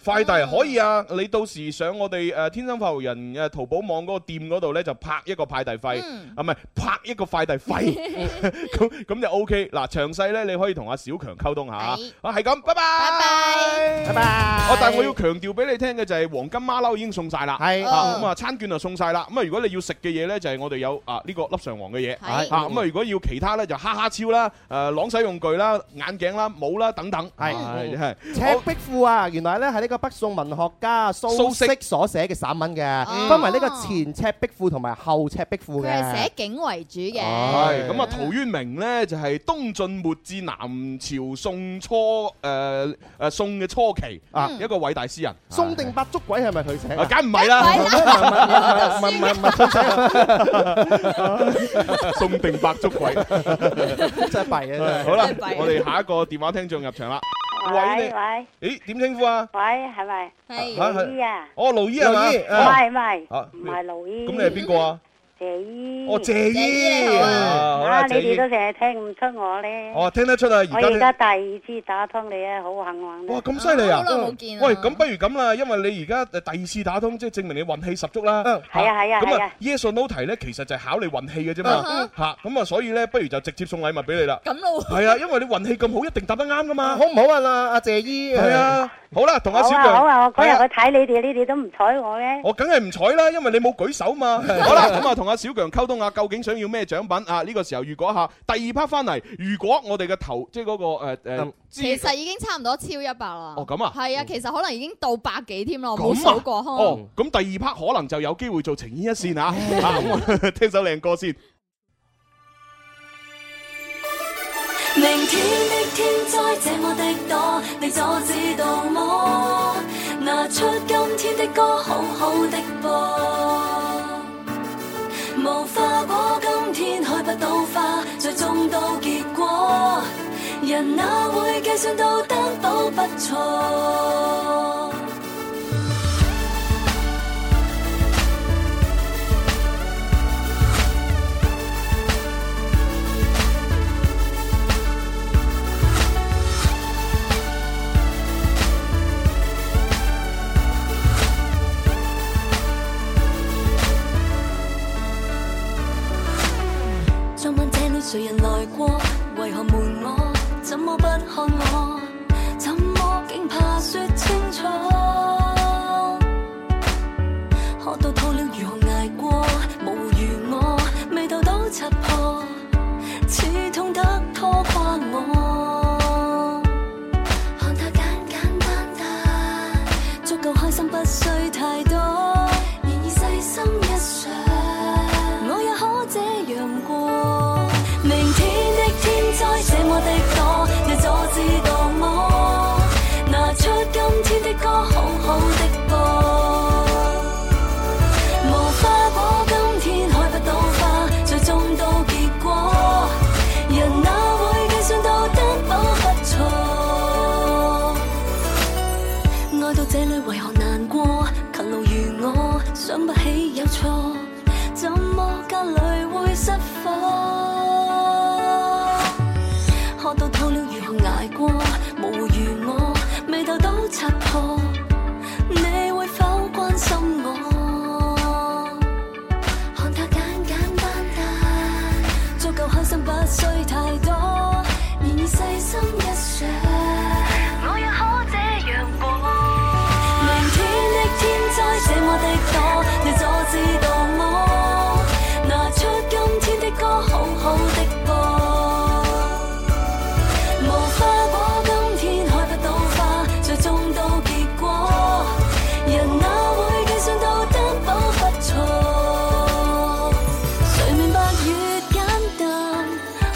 Speaker 8: 快遞可以啊！你到時上我哋誒天生快活人誒淘寶網嗰個店嗰度咧，就拍一個派遞費，
Speaker 2: Ừ.
Speaker 8: 啊唔係拍一個快遞費， 咁咁就 O K。嗱，詳細咧你可以同阿小強溝通下啊，係咁，拜拜，拜拜，
Speaker 11: 拜拜。
Speaker 8: 我但係我要強調俾你聽嘅就係黃金馬騮已經送晒啦，係
Speaker 9: 哦
Speaker 8: 啊咁啊餐券就送晒啦。咁啊如果你要食嘅嘢咧，就係我哋有啊呢個粒上皇嘅嘢，啊
Speaker 11: 係
Speaker 8: 咁啊如果要其他咧就哈哈超啦、誒朗洗用具啦、眼鏡啦、帽啦等等，係係
Speaker 9: 赤壁賦啊，原來咧係呢個北宋文學家蘇
Speaker 8: 蘇軾
Speaker 9: 軾所寫嘅散文嘅，
Speaker 2: 嗯
Speaker 9: 分為呢個前赤壁賦同埋後赤壁賦
Speaker 2: 佢係
Speaker 9: 嘅
Speaker 2: 寫。景為主嘅。
Speaker 8: 係咁啊，陶淵明咧就係東晉末至南朝宋初誒誒宋嘅初期
Speaker 9: 啊
Speaker 8: 一個偉大詩人。
Speaker 9: 宋定伯捉鬼係咪佢寫
Speaker 8: 啊
Speaker 9: 㗎？
Speaker 8: 梗唔 係啦
Speaker 9: 唔係唔係唔係唔係唔係唔
Speaker 8: 宋定伯 捉鬼，
Speaker 9: 真係弊啊！
Speaker 8: 好啦
Speaker 9: 真係弊啊，
Speaker 8: 我哋下一個電話聽眾入場啦。 喂，
Speaker 14: 喂喂
Speaker 8: 你咦點稱呼啊？
Speaker 14: 喂，係咪？
Speaker 8: 啊
Speaker 14: 係盧姨啊？
Speaker 8: 哦，盧姨係嘛？
Speaker 14: 唔係唔係
Speaker 8: 啊，
Speaker 14: 唔係盧姨。
Speaker 8: 咁你係邊個啊？
Speaker 14: 謝姨。
Speaker 8: 哦謝姨謝姨你好啊啊好啦
Speaker 14: 啊，你
Speaker 8: 謝姨
Speaker 14: 哋都成日聽唔出我咧。
Speaker 8: 哦，聽得出啊！而
Speaker 14: 我
Speaker 8: 家
Speaker 14: 而
Speaker 8: 你
Speaker 14: 家第二次打通你啊，好幸運。
Speaker 8: 哇咁犀利啊！
Speaker 14: 好耐冇見啊
Speaker 8: 喂，咁不如咁啦，因為你而家誒第二次打通，即係證明你運氣十足啦。
Speaker 14: 係啊係啊
Speaker 8: 咁
Speaker 14: 係啊
Speaker 8: yes or no 題咧，其實就係考你運氣嘅啫嘛
Speaker 14: 嗯。
Speaker 8: 嚇，咁啊，所以咧，不如就直接送禮物俾你啦。
Speaker 2: 咁咯
Speaker 8: 係啊，因為你運氣咁好，一定答得啱噶嘛。
Speaker 9: 好唔好啊？啦，阿謝
Speaker 14: 嗯
Speaker 9: 姨
Speaker 8: 係啊，好啦，同阿小
Speaker 14: 好啊好啊！
Speaker 8: 強
Speaker 14: 我嗰日
Speaker 8: 係啊
Speaker 14: 我睇你哋，你哋都唔睬我嘅。
Speaker 8: 我梗係唔睬啦，因為你冇舉手 嘛。好啦，咁啊，同阿小強溝通下，究竟想要咩獎品啊？呢個時候如果下第二 part 翻嚟，如果我哋嘅頭即係嗰個呃
Speaker 14: 嗯
Speaker 8: 誒誒
Speaker 2: 其實已經差唔多超一百啦。
Speaker 8: 哦咁啊
Speaker 2: 係啊，其實可能已經到百幾添咯，我冇
Speaker 8: 咁啊
Speaker 2: 數過。可能
Speaker 8: 哦，咁第二 part 可能就有機會做情牽一線啊！啊，咁我聽首靚歌先。
Speaker 10: 明天的天災，這麼的多，你阻止到麼？拿出今天的歌，好好的播。無花果今天開不到花，最終都結果。人哪會計算到擔保不錯？昨晚這裏誰人來過？為何瞞我？怎麼不看我？怎麼竟怕說清楚？喝到吐了，如何捱過？無如我，未到都擦破，刺痛得拖垮我。看他簡簡單單，足夠開心，不需太多。然而細心一想，我也可這樣過。明天的天災這麼的多，你阻止到麼？拿出今天的歌，好好的播。無花果今天開不到花，最終都結果。人哪會計算到得飽不錯？愛到這裏為何難過？勤勞如我，想不起有錯，怎麼家裏會失火？喝到吐了，如何捱過？模糊如我，味道都擦破。你會否關心我？看他簡簡單單，足夠開心，不需太多。然而細心一想，我也可這樣過。明天的天災這麼的多，你阻止到我，拿出今天的歌，好好的播。無花果今天開不到花，最終都結果。人哪會計算到擔保不錯？誰明白越簡單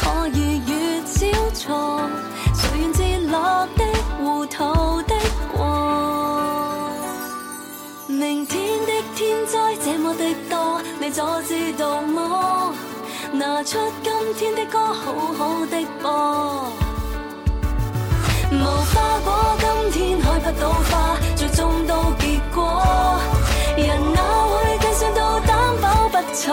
Speaker 10: 可以越少錯？誰願自落的糊塗的過？明天的天災這麼的多，你阻止到麼？拿出今天的歌，好好的播。無花果今天開不到花，最終都結果。人哪會計算到擔保不錯？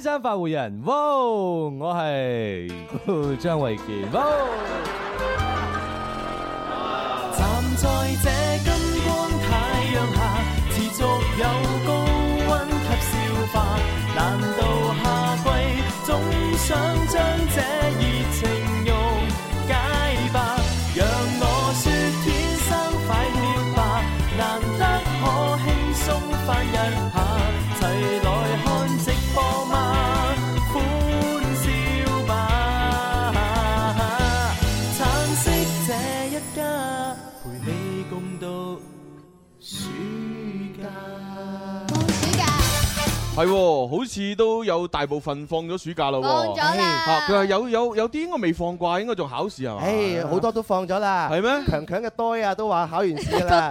Speaker 15: 生快活人，哇！我係 張衛健，哇！
Speaker 16: 站在這金光太陽下，持續有高溫及消化。難道夏季總想將這熱情溶解吧？讓我説天生快活吧，難得可輕鬆翻一下，齊來看直播嗎？歡笑吧，橙色這一家。陪你共度暑假。
Speaker 2: à,
Speaker 8: 係喎，好似都有大部分放咗暑假啦喎。
Speaker 9: 放咗啦
Speaker 8: 嚇佢係有有有啲應該未放啩，應該仲考試係嘛？
Speaker 9: 誒，好多都放咗啦。
Speaker 8: 係咩？
Speaker 9: 強強嘅呆啊，都話考完試
Speaker 8: 個呆
Speaker 9: 啦，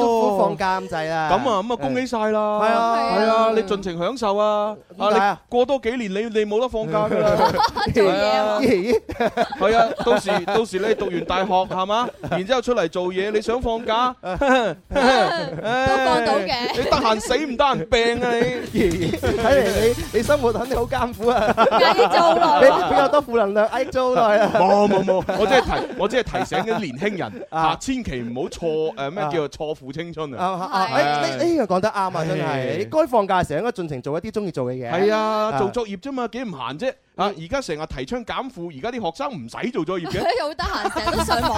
Speaker 9: 都放假咁滯啦。
Speaker 8: 咁啊，咁啊，恭喜晒啦！
Speaker 9: 係啊
Speaker 8: 係啊，你盡情享受啊！
Speaker 9: 點解啊。
Speaker 8: 你過多幾年，你你冇得放假㗎 啦
Speaker 9: 做嘢 啊
Speaker 8: 係啊係啊，到時到時你讀完大學係嘛，然之後出嚟做嘢，你想放假都放
Speaker 9: 到嘅
Speaker 8: 你得閒死唔得閒病啊你！
Speaker 9: 睇嚟你你生活肯定好艱苦啊！壓
Speaker 8: 抑咗好耐
Speaker 9: 比比較多負能量，壓抑咗好耐啊！
Speaker 8: 冇冇冇， 我即係提，我即係提醒緊年輕人啊，千祈唔好錯誒咩叫做錯付青春
Speaker 9: 啊啊
Speaker 8: 啊！
Speaker 9: 啊！呢呢呢個講得啱啊，真係
Speaker 8: 係
Speaker 9: 你該放假嘅時候應該盡情做一啲中意做嘅嘢。
Speaker 8: 係啊，做作業啫嘛，幾唔閒啫啊！而家成日提倡減負，而家啲學生唔使做作業 嘅。
Speaker 2: 好得閒，成日都上網。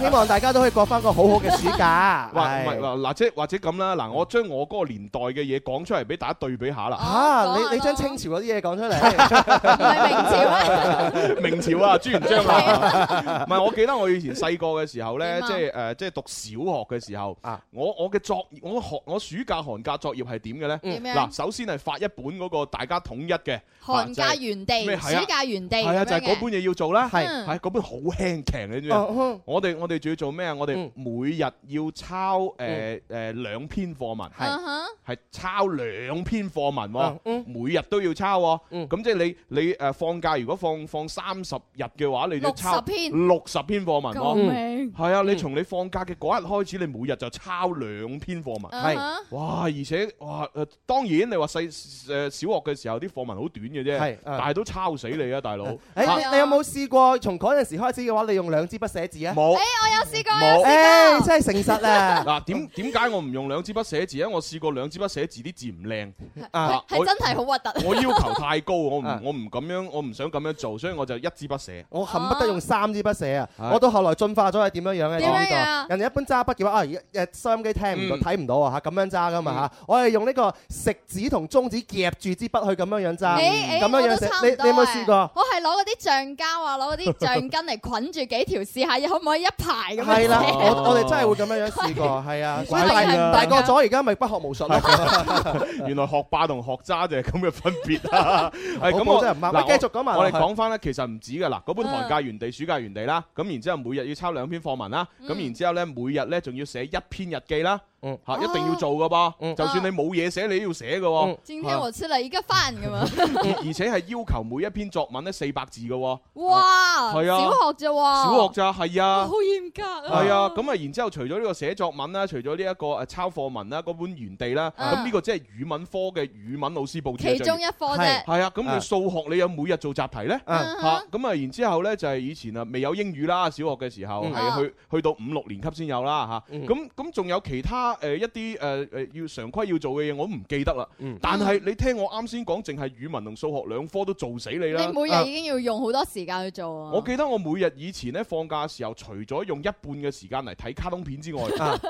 Speaker 9: 希望大家都可以過翻個好好嘅暑假。
Speaker 8: 或唔係嗯嗱，即係或者咁啦，嗱，我將我嗰個年代嘅嘢講出嚟俾大家對比 下啦。
Speaker 9: 啊！你你將清朝嗰啲嘢講出嚟，
Speaker 8: 明朝啊，朱元璋啊， 唔係啊我記得我以前細個嘅時候咧，即係誒，即係讀小學嘅時候，我我嘅作業，我學我暑假寒假作業係點嘅咧？
Speaker 2: 點樣
Speaker 8: 嗱，首先係發一本嗰個大家統一嘅
Speaker 2: 寒假原地
Speaker 8: 咩係啊
Speaker 2: 暑假原地
Speaker 8: 係啊，
Speaker 2: 咁樣
Speaker 8: 就係嗰
Speaker 2: 嘅
Speaker 8: 本嘢要做啦，
Speaker 2: 係嗯
Speaker 8: 係嗰本好輕騎嘅啫
Speaker 9: 哦哼。
Speaker 8: 啊我哋我哋仲要做咩啊？我哋
Speaker 9: 嗯
Speaker 8: 每日要抄誒誒兩篇課文，
Speaker 2: 嗯哼
Speaker 8: 係抄兩篇課文
Speaker 9: 嗯嗯
Speaker 8: 喎，每日都要抄喎。咁即係你你誒放假如果放放三十日嘅話，你就抄
Speaker 2: 60篇
Speaker 8: 六十篇課文
Speaker 2: 救
Speaker 8: 喎
Speaker 2: 命。
Speaker 8: 係啊，你從你放假嘅嗰日開始，你每日就抄兩篇課文。
Speaker 2: 係嗯哼
Speaker 8: 哇！而且哇誒，當然你話細誒小學嘅時候啲課文好短嘅啫，
Speaker 9: 係啊
Speaker 8: 但係都抄死你啊，大佬！
Speaker 9: 誒
Speaker 8: 啊
Speaker 9: 你你有冇試過從嗰陣時開始嘅話，你用兩支筆寫字啊？
Speaker 8: 冇
Speaker 2: 誒，我有試過，有
Speaker 8: 冇
Speaker 9: 誒，真係誠實啊！
Speaker 8: 嗱，點點解我唔用兩支筆寫字啊？我試過兩支筆寫字，啲字唔靚
Speaker 2: 係係
Speaker 8: 我
Speaker 2: 真係好核突。
Speaker 8: 我要求太高， 我唔
Speaker 9: 啊
Speaker 8: 我唔咁樣，我唔想咁樣做，所以我就一支筆寫。
Speaker 9: 我恨不得用三支筆寫啊！
Speaker 8: 係
Speaker 9: 我到後來進化咗係點樣樣嘅？
Speaker 8: 點樣
Speaker 9: 你知道啊人哋一般揸筆嘅話，啊，而家誒收音機聽唔到、
Speaker 8: 嗯
Speaker 9: 睇唔到啊嚇，咁樣揸噶嘛嚇。我係用呢個食指同中指夾住支筆去咁樣樣揸，
Speaker 2: 誒誒，
Speaker 9: 咁樣樣
Speaker 2: 我都
Speaker 9: 寫
Speaker 2: 差。
Speaker 9: 你
Speaker 2: 唔多
Speaker 9: 你有冇
Speaker 2: 誒
Speaker 9: 試過？
Speaker 2: 我係攞嗰啲橡膠啊，攞嗰啲 橡筋嚟捆住幾條試下，可唔可以一排咁樣？
Speaker 9: 係啦，我我哋真係會咁樣樣 試過，係啊。
Speaker 8: 怪
Speaker 9: 大
Speaker 8: 得啦
Speaker 9: 大個咗，而家咪不學無術 咯。
Speaker 8: 原來學霸同學渣就係咁嘅分別 啊！係
Speaker 9: 我真係唔啱
Speaker 8: 嗱
Speaker 9: 喂繼續啊講埋
Speaker 8: 我
Speaker 9: 落
Speaker 8: 哋
Speaker 9: 去
Speaker 8: 講翻咧，其實唔止㗎啦。嗰本
Speaker 9: 嗯
Speaker 8: 寒假原地、暑假原地啦，咁然之後每日要抄兩篇課文啦，咁
Speaker 9: 嗯
Speaker 8: 然之後咧每日咧仲要寫一篇日記啦，嚇
Speaker 9: 啊
Speaker 8: 一定要
Speaker 2: 哦
Speaker 8: 做㗎
Speaker 9: 嗯
Speaker 8: 噃。就算你冇嘢寫，你都要寫㗎喎。
Speaker 2: 今天我吃了一個飯 咁啊！
Speaker 8: 而
Speaker 9: 嗯
Speaker 8: 而且係要求每一篇作文咧四百字嘅喎，
Speaker 2: 哇，
Speaker 8: 係啊
Speaker 2: 小學咋
Speaker 9: 哦
Speaker 2: 喎？
Speaker 8: 小學咋係
Speaker 2: 哇
Speaker 8: 啊
Speaker 2: 好。嚴格啊！
Speaker 8: 係啊，咁啊，然之後除咗呢個寫作文啦，除咗呢一個誒抄課文啦，嗰本原地啦，
Speaker 2: 啊
Speaker 8: 咁呢個即係語文科嘅語文老師佈置嘅
Speaker 2: 其中一科啫係
Speaker 8: 係啊，咁
Speaker 9: 啊
Speaker 8: 你數學你有每日做習題咧？
Speaker 9: 嗯
Speaker 8: 嚇，咁啊，然之後咧就係以前啊未有英語啦，小學嘅時候
Speaker 9: 嗯
Speaker 8: 係啊去去到五六年級先有啦嚇。咁咁仲有其他誒一啲誒誒要常規要做嘅嘢，我都唔記得啦。
Speaker 9: 嗯
Speaker 8: 但係你聽我啱先講，淨係語文同數學兩科都做死你啦。
Speaker 2: 你每日已經要用好多時間去做啊！
Speaker 8: 我記得我每日以前咧放假嘅時候，除咗用一半嘅時間嚟睇卡通片之 外，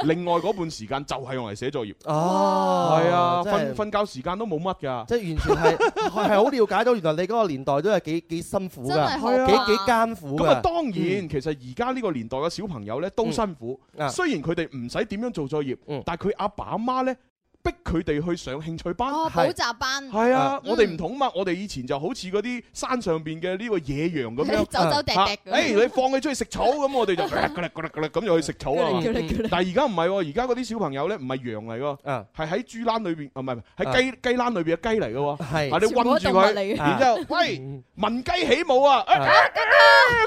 Speaker 8: 另外嗰半時間就係用嚟寫作業。
Speaker 9: 啊哦
Speaker 8: 係啊，
Speaker 9: 真係
Speaker 8: 瞓
Speaker 9: 啊
Speaker 8: 瞓覺時間都冇乜㗎。
Speaker 9: 即係 完全係係係好了解到，原來你嗰個年代都係幾幾辛苦
Speaker 8: 真係好
Speaker 9: 㗎，
Speaker 8: 啊
Speaker 9: 幾幾艱苦㗎。
Speaker 8: 咁啊，當然，
Speaker 9: 嗯
Speaker 8: 其實而家呢個年代嘅小朋友咧都辛苦
Speaker 9: 嗯啊。嗯
Speaker 8: 雖然佢哋唔使點樣做作業，但係佢阿爸阿媽咧逼佢哋去上興趣班、
Speaker 2: 哦補習班
Speaker 8: 係啊，
Speaker 2: 嗯
Speaker 8: 我哋唔同嘛，我哋以前就好似嗰啲山上邊嘅呢個野羊 咁 樣，
Speaker 2: 走走趯
Speaker 9: 嗯
Speaker 2: 趯咁
Speaker 8: 嚇誒，你放佢出去食草咁，我哋就咁就去食草啊嘛
Speaker 2: 咕嚕咕嚕咕嚕。
Speaker 8: 但係而家唔係喎，而家嗰啲小朋友咧唔係羊嚟喎，
Speaker 9: 啊
Speaker 8: 係喺豬欄裏邊，啊唔係喺雞雞欄裏邊嘅雞嚟嘅喎，
Speaker 9: 係啊
Speaker 8: 啊你
Speaker 9: 全部
Speaker 8: 韞
Speaker 9: 都
Speaker 8: 住
Speaker 9: 動物嚟
Speaker 8: 佢，
Speaker 9: 嘅
Speaker 8: 然之後喂聞雞起舞啊！啊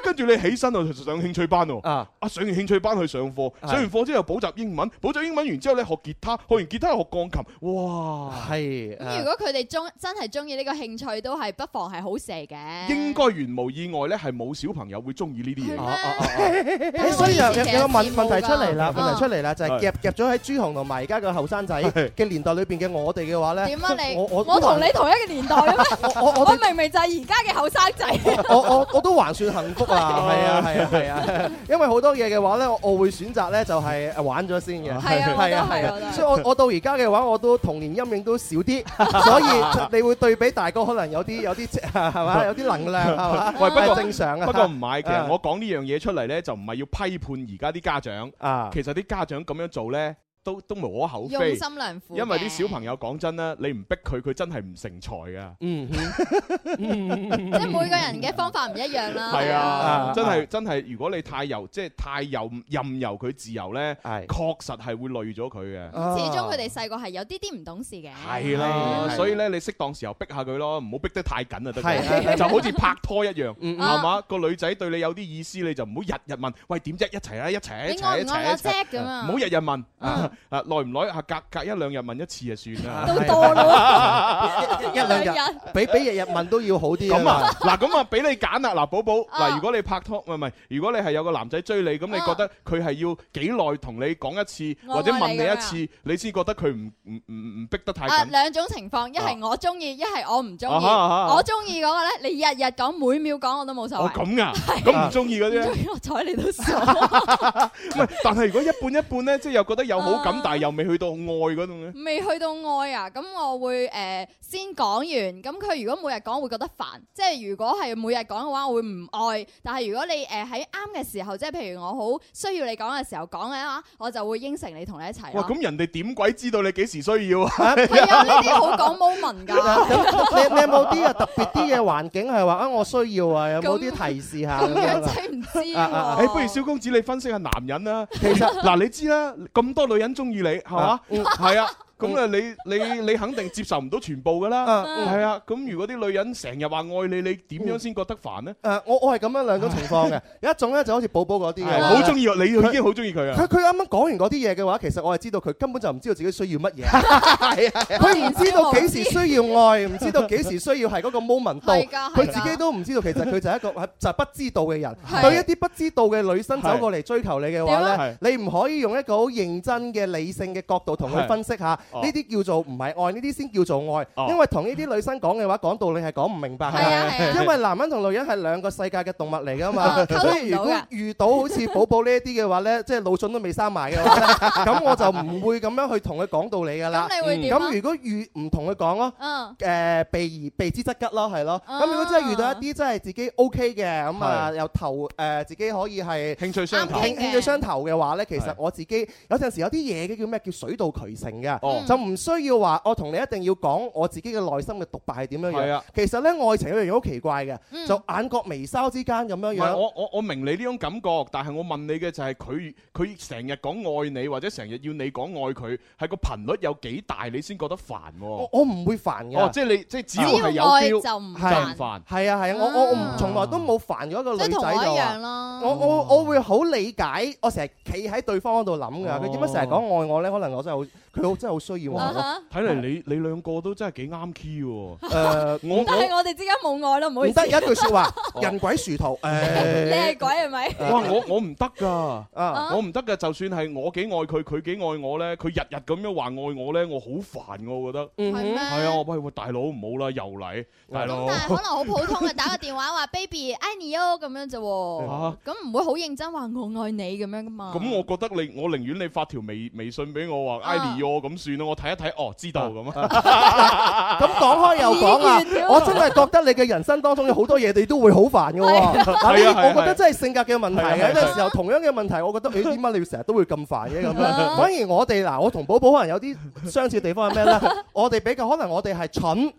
Speaker 8: 跟住你起身就上興趣班喎，啊
Speaker 9: 啊
Speaker 8: 上完興趣班去上課，上完課之後補習英文，補習英文完之後咧學吉他，學完吉他又學鋼鋼琴，哇！
Speaker 9: 啊係
Speaker 2: 咁如果佢哋中真係中意呢個興趣，都係不妨係好蛇嘅。
Speaker 8: 應該原無意外咧，係冇小朋友會中意呢啲嘢。
Speaker 9: 誒 所以有有有個問問題出嚟啦，
Speaker 8: 嗯
Speaker 9: 問題出嚟啦，就係
Speaker 8: 係
Speaker 9: 夾夾咗喺朱紅同埋而家嘅後生仔嘅年代裏邊嘅我哋嘅話咧，
Speaker 2: 點啊你？
Speaker 9: 我？
Speaker 2: 我同你同一個年代嘅 咩
Speaker 9: 我我
Speaker 2: 我明明就係而家嘅後生仔。
Speaker 9: 我我我都還算幸福啊，係啊係啊係啊， 因為好多嘢嘅話咧，我我會選擇咧就係誒玩咗先嘅，
Speaker 2: 係啊我都 係我都係
Speaker 9: 所以我我到而家嘅話，我都童年陰影都少啲，所以你會對比大哥可能有啲有 啲係嘛，有啲能量係嘛，
Speaker 8: 喂，不過
Speaker 9: 正常啊，
Speaker 8: 不過唔係，其
Speaker 9: 啊
Speaker 8: 實我講呢樣嘢出嚟咧，就唔係要批判而家啲家長。
Speaker 9: 啊，
Speaker 8: 其實啲家長咁樣做咧，都都無可厚非。
Speaker 2: 用心良苦嘅
Speaker 8: 因為啲小朋友講真啦，你唔逼佢，佢真係唔成才噶。
Speaker 9: 嗯，
Speaker 2: 即係每個人嘅方法唔一樣啦。
Speaker 8: 係啊
Speaker 9: 啊，
Speaker 8: 真係真係，如果你太由即係太由任由佢自由咧，確實係會累咗佢嘅。
Speaker 9: 啊
Speaker 2: 始終佢哋細個係有啲啲唔懂事嘅。
Speaker 8: 係
Speaker 9: 啊
Speaker 8: 啦，所以咧你適當時候逼下佢咯，唔好逼得太緊啊得
Speaker 9: 係
Speaker 8: 㗎，就好似拍拖一樣，
Speaker 9: 嗯
Speaker 2: 嗯
Speaker 8: 係嘛？個女仔對你有啲意思，你就唔好日日問，喂點啫？一齊啊，一齊一
Speaker 2: 你
Speaker 8: 齊
Speaker 2: 愛
Speaker 8: 一
Speaker 2: 唔愛
Speaker 8: 齊
Speaker 2: 我
Speaker 8: 一齊
Speaker 2: 啫咁啊
Speaker 8: 唔好日日問啊！啊耐唔耐啊？隔隔一兩日問一次就算啦，
Speaker 2: 都多
Speaker 9: 啦一兩
Speaker 2: 兩
Speaker 9: 日
Speaker 2: 日，
Speaker 9: 比比日日問都要好啲
Speaker 8: 咁啊
Speaker 9: 嘛，
Speaker 8: 嗱咁啊，俾你揀啦嗱，寶寶
Speaker 2: 啊
Speaker 8: 嗱，如果你拍拖唔係唔係，如果你係有個男仔追你，咁你覺得佢係要幾耐同你講一次，
Speaker 2: 啊我
Speaker 8: 或者
Speaker 2: 愛
Speaker 8: 問
Speaker 2: 你
Speaker 8: 你
Speaker 2: 咁
Speaker 8: 一
Speaker 2: 樣
Speaker 8: 次，你先覺得佢唔唔唔唔逼得太
Speaker 2: 啊，
Speaker 8: 緊。
Speaker 2: 兩種情況，一係我中意，一係我唔中
Speaker 8: 啊
Speaker 2: 意。
Speaker 8: 哈啊哈啊哈
Speaker 2: 我中意嗰個咧，你日日講，每秒講我都冇所
Speaker 8: 哦
Speaker 2: 謂。
Speaker 8: 咁噶，咁唔中意嗰啲 呢。
Speaker 2: 中意我睬你都傻。
Speaker 8: 唔係，但係如果一半一半咧，即係又覺得有好
Speaker 2: 啊
Speaker 8: 感，但係又未去到愛嗰種咧。
Speaker 2: 未去到愛啊，咁我會誒、呃先講完，咁佢如果每日講會覺得煩，即係如果係每日講嘅話，我會唔愛。但係如果你誒喺啱嘅時候，即係譬如我好需要你講嘅時候講嘅話，我就會應承你同你一齊
Speaker 8: 哇！
Speaker 2: 咯。
Speaker 8: 咁人哋點鬼知道你幾時需要啊？
Speaker 2: 係啊，呢啲好講 moment 㗎。
Speaker 9: 你你有冇啲啊特別啲嘅環境係話啊我需要啊？有冇啲提示下
Speaker 2: 咁
Speaker 9: 咁樣
Speaker 2: 樣
Speaker 9: 啊？
Speaker 2: 真唔知
Speaker 9: 啊啊啊
Speaker 8: 誒，
Speaker 2: 喎。
Speaker 8: 哎不如蕭公子你分析下男人啦。其實嗱，你知啦，咁多女人中意你，係嘛
Speaker 9: 啊？嗯
Speaker 8: 係啊。咁 啊，你你你肯定接受唔到全部噶啦，
Speaker 9: 嗯
Speaker 8: 係啊。咁如果啲女人成日話愛你，你點樣先覺得煩呢？
Speaker 9: 誒，我我係咁樣兩種情 況嘅，有一種咧就好似寶寶嗰啲嘅，
Speaker 8: 係啊好中意我，你已經好中意佢
Speaker 9: 佢
Speaker 8: 啊。
Speaker 9: 佢啱啱講完嗰啲嘢嘅話，其實我係知道佢根本就唔知道自己需要乜嘢， 係啊，佢唔知道幾時需要愛，唔知道幾時需要係嗰個 moment 到，
Speaker 2: 係㗎
Speaker 9: 佢
Speaker 2: 啊係㗎
Speaker 9: 自己都唔知道，其實佢就係一個係就係不知道嘅人。
Speaker 2: 係
Speaker 9: 對一啲不知道嘅女生走過嚟追求你嘅話
Speaker 2: 點
Speaker 8: 啊
Speaker 9: 呢，你唔可以用一個好認真嘅理性嘅角度同佢分析下，呢
Speaker 8: 哦
Speaker 9: 啲叫做唔係愛，呢啲先叫做愛
Speaker 8: 哦。
Speaker 9: 因為同呢啲女生講嘅話，講道理係講唔明白
Speaker 2: 係啊係啊
Speaker 9: 嘅，因為男人同女人係兩個世界嘅動物嚟㗎嘛
Speaker 2: 啊， 溝
Speaker 9: 所
Speaker 2: 通
Speaker 9: 以
Speaker 2: 唔
Speaker 9: 如
Speaker 2: 到
Speaker 9: 果
Speaker 2: 㗎
Speaker 9: 遇到好似寶寶呢一啲嘅話呢，即係腦筍都未生埋嘅 話呢，咁我就唔會咁樣去同佢講道理㗎啦。
Speaker 2: 咁你會點啊
Speaker 9: 咁如果遇唔同佢講咯，
Speaker 2: 嗯，
Speaker 9: 誒呃避而避之則吉咯，係咯。
Speaker 2: 啊
Speaker 9: 咁如果真係遇到一啲真係自己 OK 嘅，咁啊
Speaker 8: 係
Speaker 9: 又投誒自己可以係
Speaker 8: 興趣相投
Speaker 9: 興興趣相投嘅話呢，其
Speaker 8: 係
Speaker 9: 實我自己有陣時有啲嘢嘅叫咩叫水到渠成
Speaker 8: 哦
Speaker 2: 嗯
Speaker 9: 嘅，就唔需要話我同你一定要講我自己嘅內心嘅獨白係點樣
Speaker 8: 係
Speaker 9: 樣
Speaker 8: 啊。
Speaker 9: 其實呢，愛情有樣嘢好奇怪嘅，
Speaker 2: 嗯
Speaker 9: 就眼角眉梢之間咁樣
Speaker 8: 唔係啊
Speaker 9: 樣。
Speaker 8: 我我我明你呢種感覺，但係我問你嘅就係佢佢成日講愛你，或者成日要你講愛佢，係個頻率有幾大，你先覺得煩喎？
Speaker 9: 我我唔會煩嘅。
Speaker 8: 哦，即係你即係只要
Speaker 2: 只要
Speaker 8: 係有
Speaker 2: 愛
Speaker 8: feel
Speaker 2: 就唔
Speaker 8: 就唔
Speaker 2: 煩
Speaker 8: 煩。
Speaker 9: 係啊係啊，我我我唔從來都冇煩咗一個女
Speaker 2: 嗯即
Speaker 9: 仔
Speaker 2: 係同我
Speaker 9: 度
Speaker 2: 一樣
Speaker 9: 啊。
Speaker 2: 咯。
Speaker 9: 我我我會好理解，我成日企喺對方嗰度諗㗎。
Speaker 8: 哦
Speaker 9: 佢點解成日講愛我呢？可能我真係好，佢好真係好需要我
Speaker 2: 啊
Speaker 9: 咯。
Speaker 2: 哈
Speaker 8: 睇嚟你你兩個都真係幾啱 key 喎。
Speaker 9: 誒，
Speaker 8: 我
Speaker 2: 但係
Speaker 8: 我
Speaker 2: 我哋之間冇愛咯，唔好
Speaker 9: 呃唔
Speaker 2: 意思
Speaker 9: 得。有一句説 話，人鬼殊途。呃
Speaker 2: 你係
Speaker 9: 誒，
Speaker 2: 鬼係咪？
Speaker 8: 哇！我我唔得噶，
Speaker 9: 啊
Speaker 8: 我唔得噶。就算係我幾愛佢，佢幾愛我呢，佢日日咁樣話愛我呢，我好煩㗎我覺得。
Speaker 9: 嗯
Speaker 2: 係
Speaker 9: 哼
Speaker 2: 咩
Speaker 8: 係啊，我喂喂，大佬唔好啦，又嚟，大佬
Speaker 2: 咁但係可能好普通嘅打個電話話 baby I need you 咁樣啫喎
Speaker 8: 啊，
Speaker 2: 咁唔會好認真話我愛你咁樣噶嘛？
Speaker 8: 咁我覺得你，我寧願你發條微微信俾我話
Speaker 2: 啊
Speaker 8: I need you 咁算啦，我睇一睇，哦，知道咁啊。
Speaker 9: 咁講開又講啊
Speaker 2: 意見，
Speaker 9: 我真係覺得你嘅人生當中有好多嘢你都會好煩嘅喎。
Speaker 8: 係啊係啊
Speaker 9: 嗱我覺得真係性格嘅問題
Speaker 8: 係啊係
Speaker 9: 嘅。
Speaker 8: 啊
Speaker 9: 有陣時候同樣嘅問 題，我覺得誒點解你要成日都會咁煩嘅咁樣？
Speaker 2: 啊
Speaker 9: 反而我哋嗱，我同寶寶可能有啲相似嘅地方係 咩咧？我哋比較可能我哋係蠢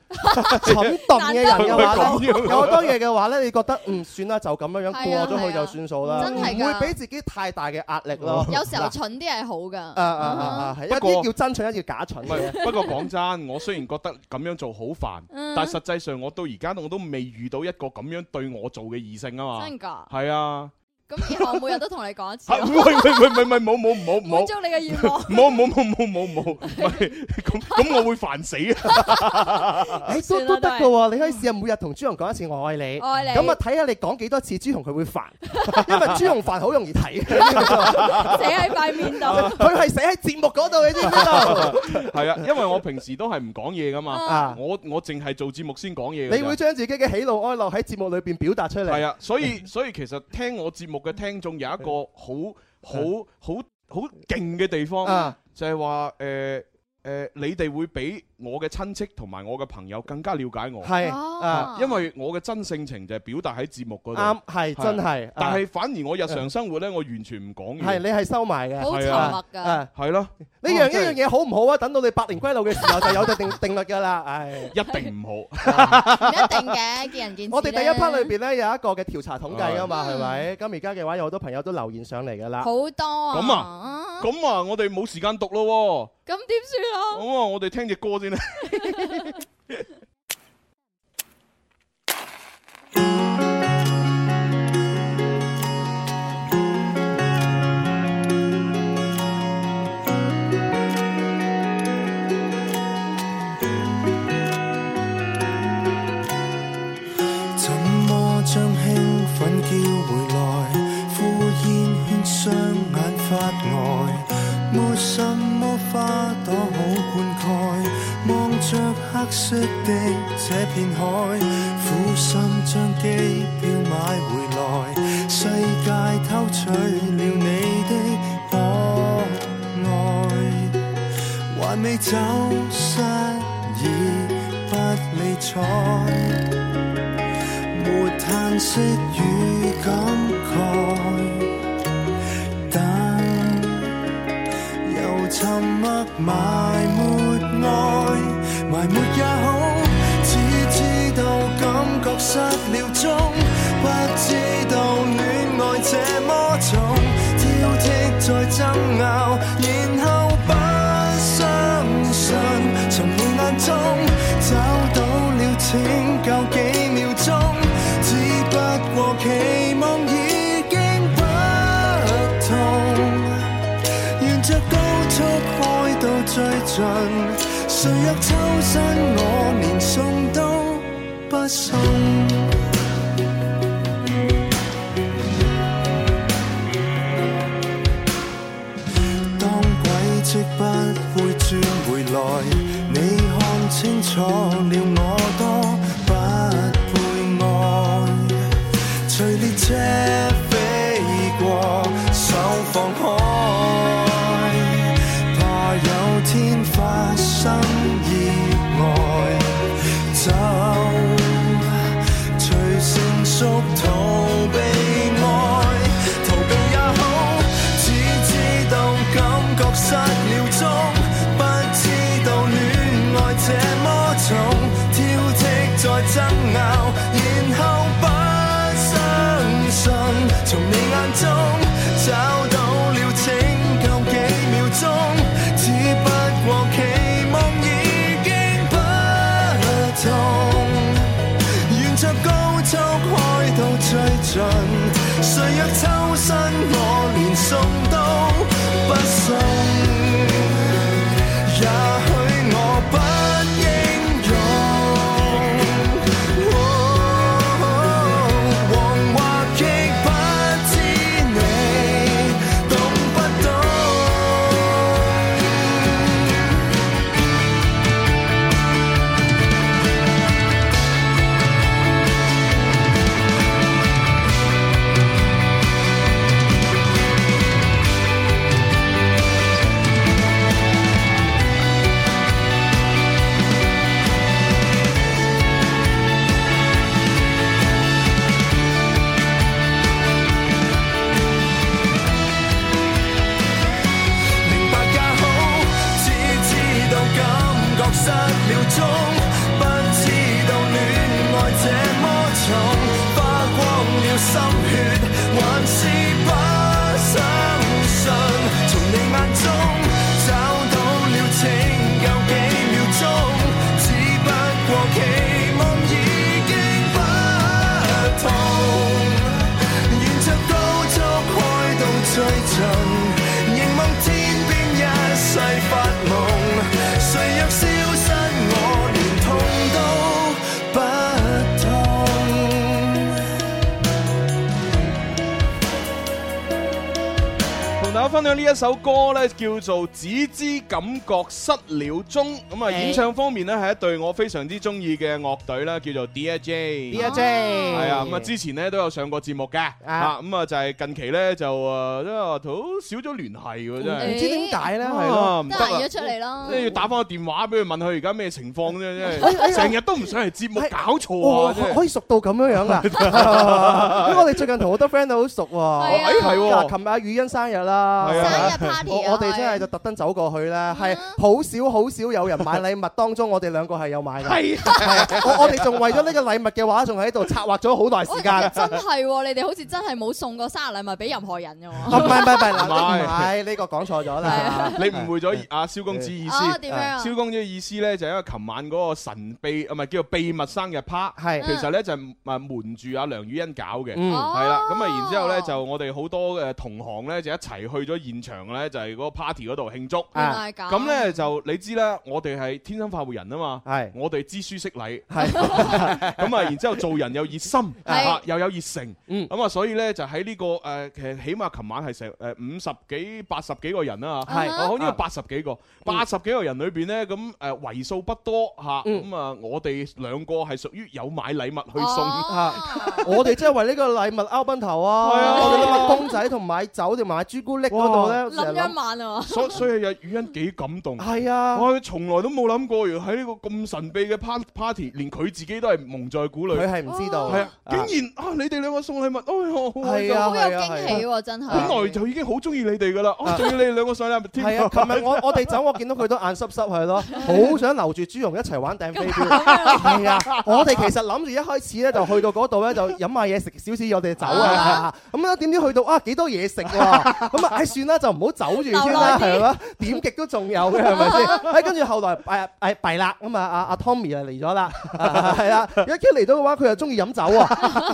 Speaker 9: 蠢鈍嘅人嘅話 咧，
Speaker 8: 難得
Speaker 9: 有好多嘢嘅話咧，你覺得嗯算啦，就咁樣樣
Speaker 2: 係啊
Speaker 9: 過咗去
Speaker 2: 係啊
Speaker 9: 就算數啦，
Speaker 2: 真
Speaker 9: 唔
Speaker 2: 係㗎
Speaker 9: 會俾自己太大嘅壓力咯。
Speaker 2: 有時 候
Speaker 9: 嗱。
Speaker 2: 蠢啲係好噶。
Speaker 9: 啊啊啊啊！係一
Speaker 8: 不過
Speaker 9: 啲叫真蠢，一啲叫假蠢
Speaker 8: 唔
Speaker 9: 嘅。
Speaker 8: 係，不過講真，我雖然覺得咁樣做好煩，
Speaker 2: 嗯
Speaker 8: 但實際上我到而家我都未遇到一個咁樣對我做嘅異性啊嘛。
Speaker 2: 真㗎
Speaker 8: 係啊，
Speaker 2: 咁以後每日都同你講一次
Speaker 8: 啊喂喂
Speaker 2: 咯。
Speaker 8: 喂喂喂，冇冇冇冇，
Speaker 2: 滿足你嘅願 望
Speaker 8: 冇冇冇冇冇冇，喂咁咁我會煩死啊！
Speaker 9: 誒都都得嘅喎，你可以試下每日同朱紅講一次我愛你，
Speaker 2: 愛你
Speaker 9: 咁啊 睇下你講幾多次朱紅佢會 煩，因為朱紅煩好 容易睇嘅，
Speaker 2: 寫喺塊面度
Speaker 9: 佢係寫喺節目嗰度嘅，你知唔知 道？
Speaker 8: 係啊，因為我平時都係唔講嘢噶嘛
Speaker 9: 啊，
Speaker 8: 我我淨係做節目先講嘢㗎咋。
Speaker 9: 你會將自己嘅喜怒哀樂喺節目裏邊表達出嚟。
Speaker 8: 係啊，所以所以其實聽我節目嘅聽眾有一個好好好好勁嘅地方
Speaker 9: 啊，
Speaker 8: 就係話誒誒，你哋會比我嘅親戚同埋我嘅朋友更加了解我。
Speaker 9: 係啊
Speaker 8: 因為我嘅真性情就係表達喺節目嗰度。
Speaker 9: 啱係真係啊
Speaker 8: 但係反而我日常生活呢，我完全唔講嘢。
Speaker 9: 係你係收埋嘅，
Speaker 8: 係啊
Speaker 9: 啊。
Speaker 8: 係咯，
Speaker 9: 呢樣一樣嘢好唔好啊？等到你百年歸老嘅時候就有咗 定定律㗎啦，唉。
Speaker 8: 一定唔 好。
Speaker 2: 唔一定嘅，見仁見智
Speaker 9: 我哋第一 part 裏
Speaker 2: 邊
Speaker 9: 邊咧有一個嘅調查統計啊嘛，
Speaker 2: 嗯
Speaker 9: 係咪？咁而家嘅話有好多朋友都留言上嚟㗎啦。
Speaker 2: 好多啊。
Speaker 8: 咁啊，咁啊，我哋冇時間讀咯喎。
Speaker 2: 咁點算啊？
Speaker 8: 咁啊，我哋聽只歌先啦。
Speaker 16: 怎麼將興奮叫回來？呼煙圈雙眼發呆，沒什麼花朵好灌溉，望着黑色的這片海，苦心將機票買回來，世界偷取了你的可愛。還未走失已不理睬，沒嘆息與感慨，但由沉默埋沒愛，埋沒也好，只知道感覺失了蹤，不知道戀愛這麼重，挑剔再爭拗，然後不相信，從你眼中找到了拯救幾秒鐘，只不過期望已經不同。沿着高速開到最盡，誰若抽身，我連送都不送。當軌跡不會轉回來，你看清楚了我多不配愛。隨列車飛過，手放開，怕有天發生意外，就隨成熟逃避愛，逃避也好，只知道感覺失了蹤，不知道戀愛這麼重，挑剔再爭拗，然後不。相信，從你眼中找到了拯救幾秒鐘，只不過期望已經不同。沿着高速開到最盡，誰若抽身，我連送都不送。也許我不英勇。黃或激不知你懂不懂？
Speaker 8: 分享呢一首歌呢，叫做《只知感覺失了蹤》。咁啊，
Speaker 11: 係
Speaker 8: 演唱方面呢，係一隊我非常之中意嘅樂隊啦，叫做 Dear J。
Speaker 11: Dear Jane
Speaker 8: 係啊，咁啊，之前呢都有上過節目嘅，
Speaker 11: 啊
Speaker 8: 啊，咁啊就係近期呢，就誒，都好少咗聯繫喎，真係。
Speaker 9: 唔知點解咧，嗯哦係
Speaker 8: 啊
Speaker 9: 咯
Speaker 8: 唔，
Speaker 2: 得
Speaker 8: 得
Speaker 2: 閒
Speaker 8: 啊
Speaker 2: 約出嚟咯
Speaker 8: 即係要打翻個電話俾佢問佢而家咩情況啫，真
Speaker 9: 哎哎
Speaker 8: 係
Speaker 9: 呀
Speaker 8: 成日都唔上嚟節目，搞錯
Speaker 9: 哇
Speaker 8: 啊！真
Speaker 9: 可
Speaker 8: 係
Speaker 9: 可以熟到咁樣樣噶，因為我哋最近同好多 friend à. 都好熟喎。
Speaker 8: 啊哎係喎
Speaker 9: 嗱琴日阿雨欣生日啦，
Speaker 2: à.
Speaker 8: 係啊生日
Speaker 9: party，我哋真係就特登走過去啦，係好少好少有人買禮物，當中我哋兩個係有買嘅。
Speaker 2: 係啊
Speaker 9: 係啊我我哋仲為咗呢個禮物嘅話，仲喺度策劃咗好耐時間。啊
Speaker 2: 真係喎，你哋好似真係冇送過生日禮物俾任何人嘅喎。
Speaker 9: 啊唔係唔係唔係嗱
Speaker 8: 唔係
Speaker 9: 唔係呢個講錯咗啦。
Speaker 8: 你誤會咗阿蕭公子意思
Speaker 2: 哦點樣啊。
Speaker 8: 蕭公子嘅意思咧就係因為琴晚嗰個神秘啊，唔係叫做秘密生日趴，
Speaker 9: 係
Speaker 8: 其實咧就係誒瞞住阿梁宇欣搞嘅，
Speaker 9: 嗯
Speaker 8: 係啦。咁啊，然之後咧就我哋好多誒同行咧就一齊去咗現場咧，就係嗰個 party 嗰度慶祝。
Speaker 9: 原來係咁
Speaker 8: 咁咧就你知啦，我哋係天生快活人啊嘛，
Speaker 9: 係
Speaker 8: 我哋知書識禮， 咁啊，然之後做人又熱心，
Speaker 9: 係嗯
Speaker 8: 啊又有熱誠，咁啊，所以咧就喺呢個誒其實起碼琴晚係成呃誒五十幾八十幾個人啊啦，
Speaker 9: 係
Speaker 2: 啊
Speaker 8: 我好似有八十幾
Speaker 9: 嗯
Speaker 8: 個，八十幾個人裏邊咧，咁誒為數不多嚇，
Speaker 9: 嗯
Speaker 8: 咁啊，我哋兩個係屬於有買禮物去送，
Speaker 9: 啊！ 我哋真係為呢個禮物拗崩頭啊！
Speaker 8: 係啊
Speaker 9: 我哋買公仔同埋酒同埋朱古力嗰度咧，成日諗
Speaker 2: 晚啊！
Speaker 8: 所所以阿雨欣幾感動，
Speaker 9: 係啊
Speaker 8: 我從來都冇諗過，原來喺呢個咁神秘嘅 pa- party，連佢自己都係蒙在鼓裏，
Speaker 9: 佢係唔知道
Speaker 8: 係啊，竟
Speaker 9: 啊
Speaker 8: 然啊，你哋兩個送禮物，哎呀，好開心
Speaker 9: 係啊
Speaker 2: 好有驚喜喎，真
Speaker 8: 本
Speaker 2: 係。
Speaker 8: 來就已經好中意你哋噶啦，哦，仲要你哋兩個上禮物添。
Speaker 9: 係啊！琴日我我哋走，我見到佢都眼濕濕係咯，好想留住朱容一齊玩掟飛鏢。係啊！我哋其實諗住一開始咧就去到嗰度咧就飲下嘢食少少，我哋走啊。咁啊點知去到啊幾多嘢食喎？咁啊唉算啦，就唔好走住先啦，
Speaker 11: 留耐啲
Speaker 9: 係咯？點極都仲有嘅係咪先？唉跟住後來誒誒弊啦，咁啊阿阿 Tommy 啊嚟咗啦，啊係啦。一嚟到嘅話，佢又中意飲酒喎。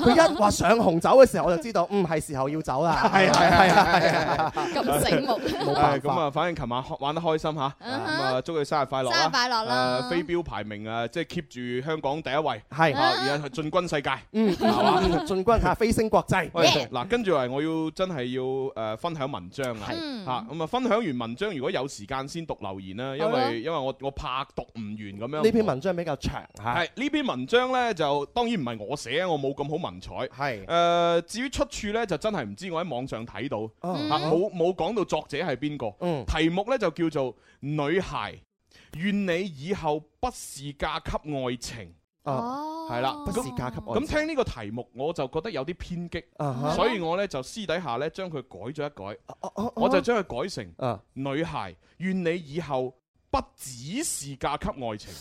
Speaker 9: 佢一話上紅酒嘅時候，我就知道嗯係時候要走啦。係係係係係。
Speaker 2: 咁醒目
Speaker 9: 辦
Speaker 2: 冇
Speaker 9: 法
Speaker 8: 咁啊，反正琴晚玩得開心吓，咁啊，祝佢生日快樂啦！
Speaker 2: 生日快樂啦
Speaker 8: 誒飛鏢排名啊，即係 keep 住香港第一位，
Speaker 9: 係
Speaker 8: 啊而家進軍世界，
Speaker 9: 嗯，
Speaker 8: 係嘛？
Speaker 9: 進軍嚇飛升國際。
Speaker 8: 喂，嗱，跟住嚟，我要真係要誒分享文章啊，
Speaker 9: 嗯
Speaker 8: 嚇咁啊，分享完文章，如果有時間先讀留言啦，因
Speaker 9: 好啦
Speaker 8: 為因為我我怕讀唔完咁樣。
Speaker 9: 呢篇文章比較長嚇，
Speaker 8: 係呢篇文章呢，就當然唔係我寫，啊我冇咁好文采。
Speaker 9: 係
Speaker 8: 誒、至於出處呢，就真係唔知，我喺網上睇到，
Speaker 9: 哦
Speaker 8: 啊冇冇講到作者係邊個。
Speaker 9: 嗯
Speaker 8: 題目呢，就叫做《女孩》，願你以後不是嫁給愛情。
Speaker 9: Ờ.
Speaker 2: Ờ.
Speaker 8: 啊
Speaker 9: 哦
Speaker 8: 係啦，
Speaker 9: 不是嫁給愛
Speaker 8: 咁聽呢個題目，我就覺得有啲偏激
Speaker 9: 啊哦哈，
Speaker 8: 所以我呢，就私底下呢，將佢改咗一
Speaker 9: 改，
Speaker 8: 我就將佢改成
Speaker 9: 《
Speaker 8: 女孩》，願你以後不只是嫁給愛情。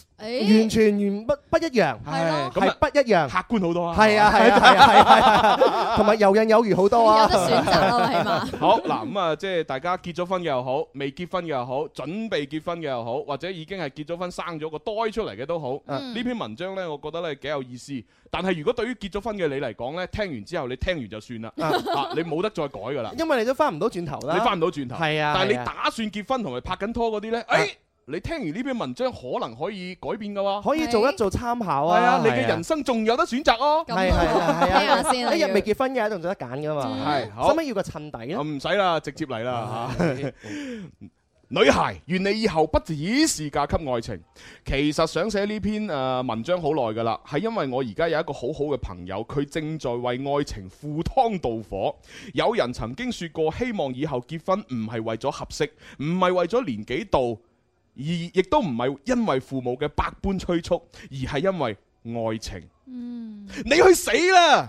Speaker 9: 完全完不不一樣，係
Speaker 8: 咁
Speaker 9: 係
Speaker 8: 啊
Speaker 9: 不一樣，
Speaker 8: 客觀好多啊
Speaker 9: 係啊係啊係啊係啊，同埋游刃有餘好多啊，
Speaker 8: 好嗱，咁啊，即係大家結咗婚嘅又好，未結婚嘅又好，準備結婚嘅又好，或者已經係結咗婚生咗個胎出嚟嘅都好。
Speaker 9: 嗯
Speaker 8: 啊呢篇文章呢，我覺得呢幾有意思。但係如果對於結咗婚嘅你嚟講呢，聽完之後你聽完就算啦，
Speaker 9: 啊
Speaker 8: 啊，你冇得再改噶啦，
Speaker 9: 因為你都翻唔到轉頭啦，
Speaker 8: 你翻唔到轉頭。
Speaker 9: 係啊，
Speaker 8: 但係你啊
Speaker 9: 係啊
Speaker 8: 打算結婚同埋拍緊拖嗰啲呢，誒，你聽完呢篇文章可能可以改變噶喎，
Speaker 9: 可以做一做參考
Speaker 8: 係
Speaker 9: 啊，
Speaker 8: 啊，你嘅人生仲有得選擇哦。
Speaker 9: 係係係
Speaker 2: 嗯聽下先啊
Speaker 9: 啊，一日
Speaker 2: 要
Speaker 9: 未結婚嘅仲有得揀噶嘛，
Speaker 8: 係好
Speaker 9: 使乜要個襯底咧
Speaker 8: 啊？唔使啦，直接嚟 啦吓。女孩，願你以後不只是嫁給愛情。其實想寫呢篇誒、呃文章好耐噶啦，係因為我而家有一個好好嘅朋友，佢正在為愛情赴湯蹈火。有人曾經說過，希望以後結婚唔係為咗合適，唔係為咗年紀度，而亦都唔係因為父母嘅百般催促，而係因為愛情。你去死啦！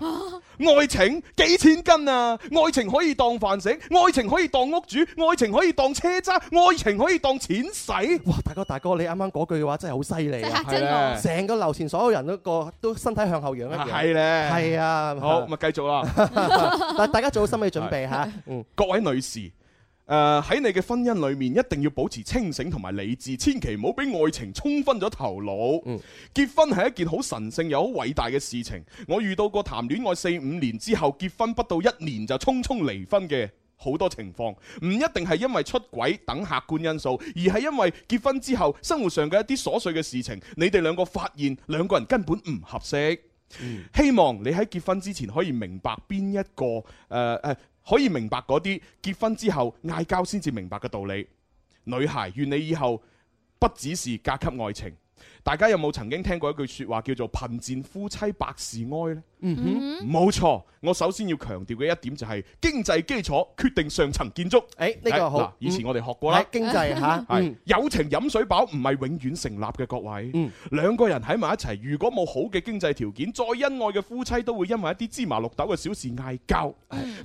Speaker 8: 愛情幾千斤啊！愛情可以當飯食，愛情可以當屋主，愛情可以當車揸，愛情可以當錢使。
Speaker 9: 哇！大哥大哥，你啱啱嗰句嘅話真係好犀利
Speaker 8: 真係
Speaker 9: 啊
Speaker 8: 嚇親我係咧
Speaker 9: 成個樓前所有人都個都身體向後仰一樣，
Speaker 8: 啊係咧
Speaker 9: 係啊，
Speaker 8: 好，咁啊繼續啦。
Speaker 9: 但大家做好心理準備嚇。
Speaker 8: 各位女士，誒、喺你嘅婚姻裏面一定要保持清醒同埋理智，千祈唔好俾愛情沖昏咗頭腦。結婚係一件好神聖又好偉大嘅事情。我遇到過談戀愛四五年之後結婚不到一年就匆匆離婚嘅。好多情況唔一定係因為出軌等客觀因素，而係因為結婚之後生活上嘅一啲瑣碎嘅事情，你哋兩個發現兩個人根本唔合適。希望你喺結婚之前可以明白邊一個誒誒、呃呃可以明白嗰啲結婚之後嗌交先至明白嘅道理。女孩，願你以後不只是嫁給愛情。大家有冇曾經聽過一句説話叫做貧賤夫妻百事哀呢？
Speaker 9: 嗯
Speaker 8: 哼，冇錯。我首先要強調嘅一點就係經濟基礎決定上層建築。哎
Speaker 9: 誒呢個好
Speaker 8: 嗱以前我哋學過啦
Speaker 9: 嗯。係經 濟嚇
Speaker 8: 係
Speaker 9: 嗯
Speaker 8: 友情飲水飽唔係永遠成立嘅，各位。兩個人喺埋一齊，如果冇好嘅經濟條件，再恩愛嘅夫妻都會因為一啲芝麻綠豆嘅小事嗌交。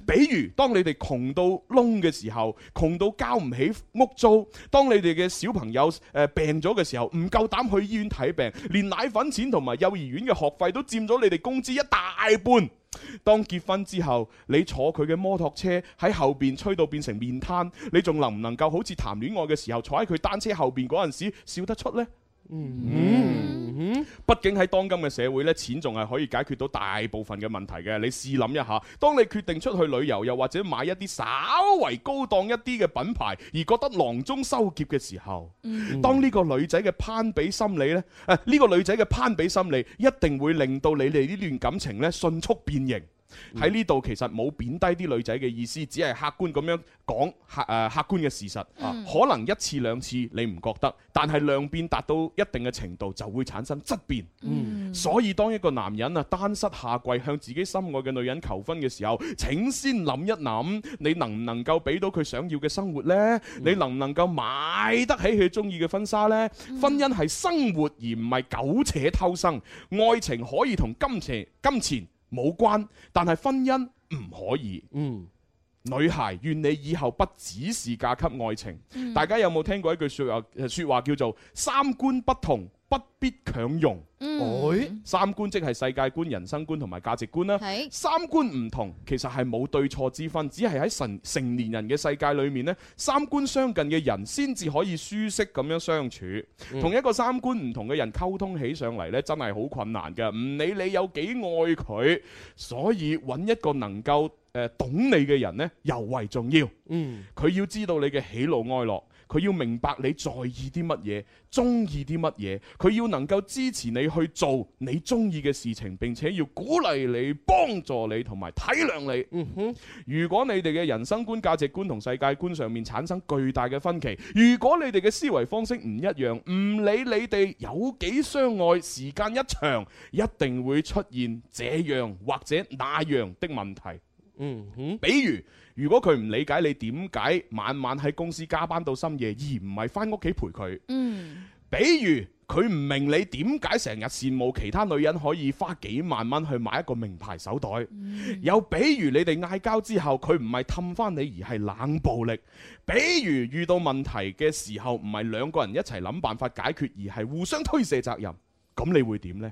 Speaker 8: 比如當你哋窮到窿嘅時候，窮到交唔起屋租；當你哋嘅小朋友誒病咗嘅時候，唔夠膽去醫院睇病，連奶粉錢同埋幼兒園嘅學費都佔咗你哋工資一大半。當結婚之後，你坐佢嘅摩托車喺後邊吹到變成面癱，你仲能唔能夠好似談戀愛嘅時候坐喺佢單車後邊嗰陣時笑得出呢？嗯，畢竟喺當今嘅社會呢，錢仲係可以解決到大部分嘅問題嘅。你試諗一下，當你決定出去旅遊，又或者買一啲稍為高檔一啲嘅品牌，而覺得囊中羞澀嘅時候，
Speaker 5: 嗯
Speaker 8: 當呢個女仔嘅攀比心理呢，誒、呢、個女仔嘅攀比心理一定會令到你哋呢段感情呢迅速變形。
Speaker 5: 嗯
Speaker 8: 喺呢度其實冇貶低啲女仔嘅意思，只係客觀咁樣講客誒、呃客觀嘅事實。
Speaker 5: 嗯
Speaker 8: 可能一次兩次你唔覺得，但係量變達到一定嘅程度就會產生質變。
Speaker 2: 嗯
Speaker 8: 所以當一個男人啊單膝下跪向自己心愛嘅女人求婚嘅時候，請先諗一諗，你能唔能夠俾到佢想要嘅生活呢？你能唔能夠買得起佢中意嘅婚紗呢？婚姻係生活而唔係苟且偷生，愛情可以同金錢金錢冇關，但係婚姻唔可以。嗯。女孩，願你以後不只是嫁給愛情。
Speaker 5: 嗯
Speaker 8: 大家有冇聽過一句説話？説話叫做三觀不同，不必強融。
Speaker 5: 嗯哎
Speaker 8: 三觀即係世界觀、人生觀同埋價值觀啦
Speaker 5: 係。
Speaker 8: 三觀唔同，其實係冇對錯之分，只係喺成成年人嘅世界裏面呢，三觀相近嘅人先至可以舒適咁樣相處。同一個三觀唔同嘅人溝通起上嚟呢，真係好困難嘅。唔理你有幾愛佢，所以揾一個能夠誒懂你嘅人呢，尤為重要。
Speaker 9: 嗯，
Speaker 8: 佢要知道你嘅喜怒哀樂，佢要明白你在意啲乜嘢，中意啲乜嘢，佢要能夠支持你去做你中意嘅事情，並且要鼓勵你、幫助你同埋體諒你。嗯哼，如果你哋嘅人生觀、價值觀同世界觀上面產生巨大嘅分歧，如果你哋嘅思維方式唔一樣，唔理你哋有幾相愛，時間一長，一定會出現這樣或者那樣的問題。嗯 哼，比如如果佢唔理解你點解晚晚喺公司加班到深夜，而唔係翻屋企陪佢，
Speaker 5: 嗯
Speaker 8: 比如佢唔明你點解成日羨慕其他女人可以花幾萬蚊去買一個名牌手袋，又比如你哋嗌交之後，佢唔係氹翻你，而係冷暴力。比如遇到問題嘅時候，唔係兩個人一齊諗辦法解決，而係互相推卸責任。咁你會點呢？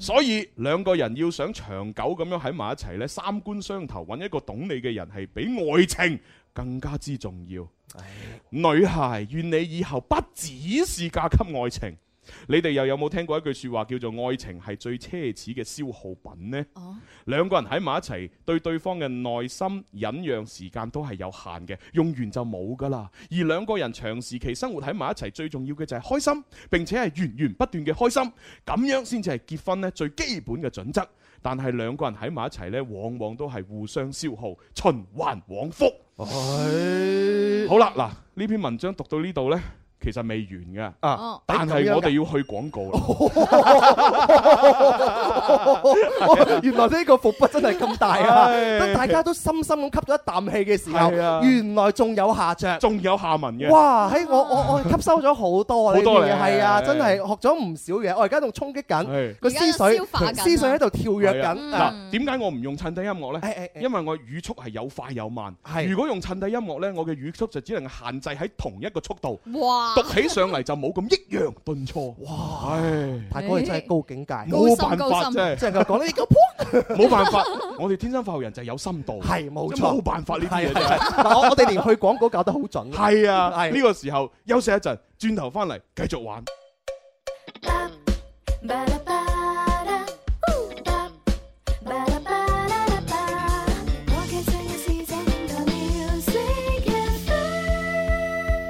Speaker 8: 所以兩個人要想長久咁樣喺埋一齊呢，三觀相投，揾一個懂你嘅人係比愛情更加之重要。女孩，願你以後不只是嫁給愛情。你哋又有冇聽過一句説話叫做愛情係最奢侈嘅消耗品呢？兩個人喺埋一齊，對對方嘅耐心忍讓時間都係有限嘅，用完就冇㗎啦。而兩個人長時期生活喺埋一齊，最重要嘅就係開心，並且係源源不斷嘅開心，咁樣先至係結婚呢最基本嘅準則。但係兩個人喺埋一齊呢，往往都係互相消耗，循環往復。好啦，嗱呢篇文章讀到呢度呢，其實未完嘅，
Speaker 5: 啊
Speaker 8: 但
Speaker 5: 咁樣
Speaker 8: 係
Speaker 5: 㗎哦
Speaker 8: 我哋要去廣告啦。
Speaker 9: 原來呢個伏筆真係咁大啊！
Speaker 8: 係
Speaker 9: 當大家都深深咁吸咗一啖氣嘅時候
Speaker 8: 係啊，
Speaker 9: 原來仲有下着，
Speaker 8: 仲有下文嘅。
Speaker 9: 哇！喺我我 我吸收咗好多啊！
Speaker 8: 好多
Speaker 9: 呢啲嘢
Speaker 8: 咧嗯
Speaker 9: 係啊，真係學咗唔少嘢。我而家仲衝擊緊個思緒，思緒喺度跳躍
Speaker 8: 係啊
Speaker 9: 緊。啊哎
Speaker 8: 嗱，點解我唔用襯底音樂呢？因為我語速係有快有慢。如果用襯底音樂呢，我嘅語速就只能限制喺同一個速度。
Speaker 2: 哇
Speaker 8: 讀起上嚟就冇咁抑揚頓挫。啊哇！
Speaker 9: 哎大哥你真係高境界，
Speaker 8: 冇辦法啫，
Speaker 9: 即係夠講呢 個
Speaker 8: 冇辦法， 我哋天生發育人就係有深 度，係
Speaker 9: 冇錯
Speaker 8: 冇辦法呢啲嘢真
Speaker 9: 係啊
Speaker 8: 係。
Speaker 9: 嗱我我哋連去廣告搞得好準。
Speaker 8: 係啊，
Speaker 9: 係
Speaker 8: 呢個時候休息一陣，轉頭翻嚟繼續玩。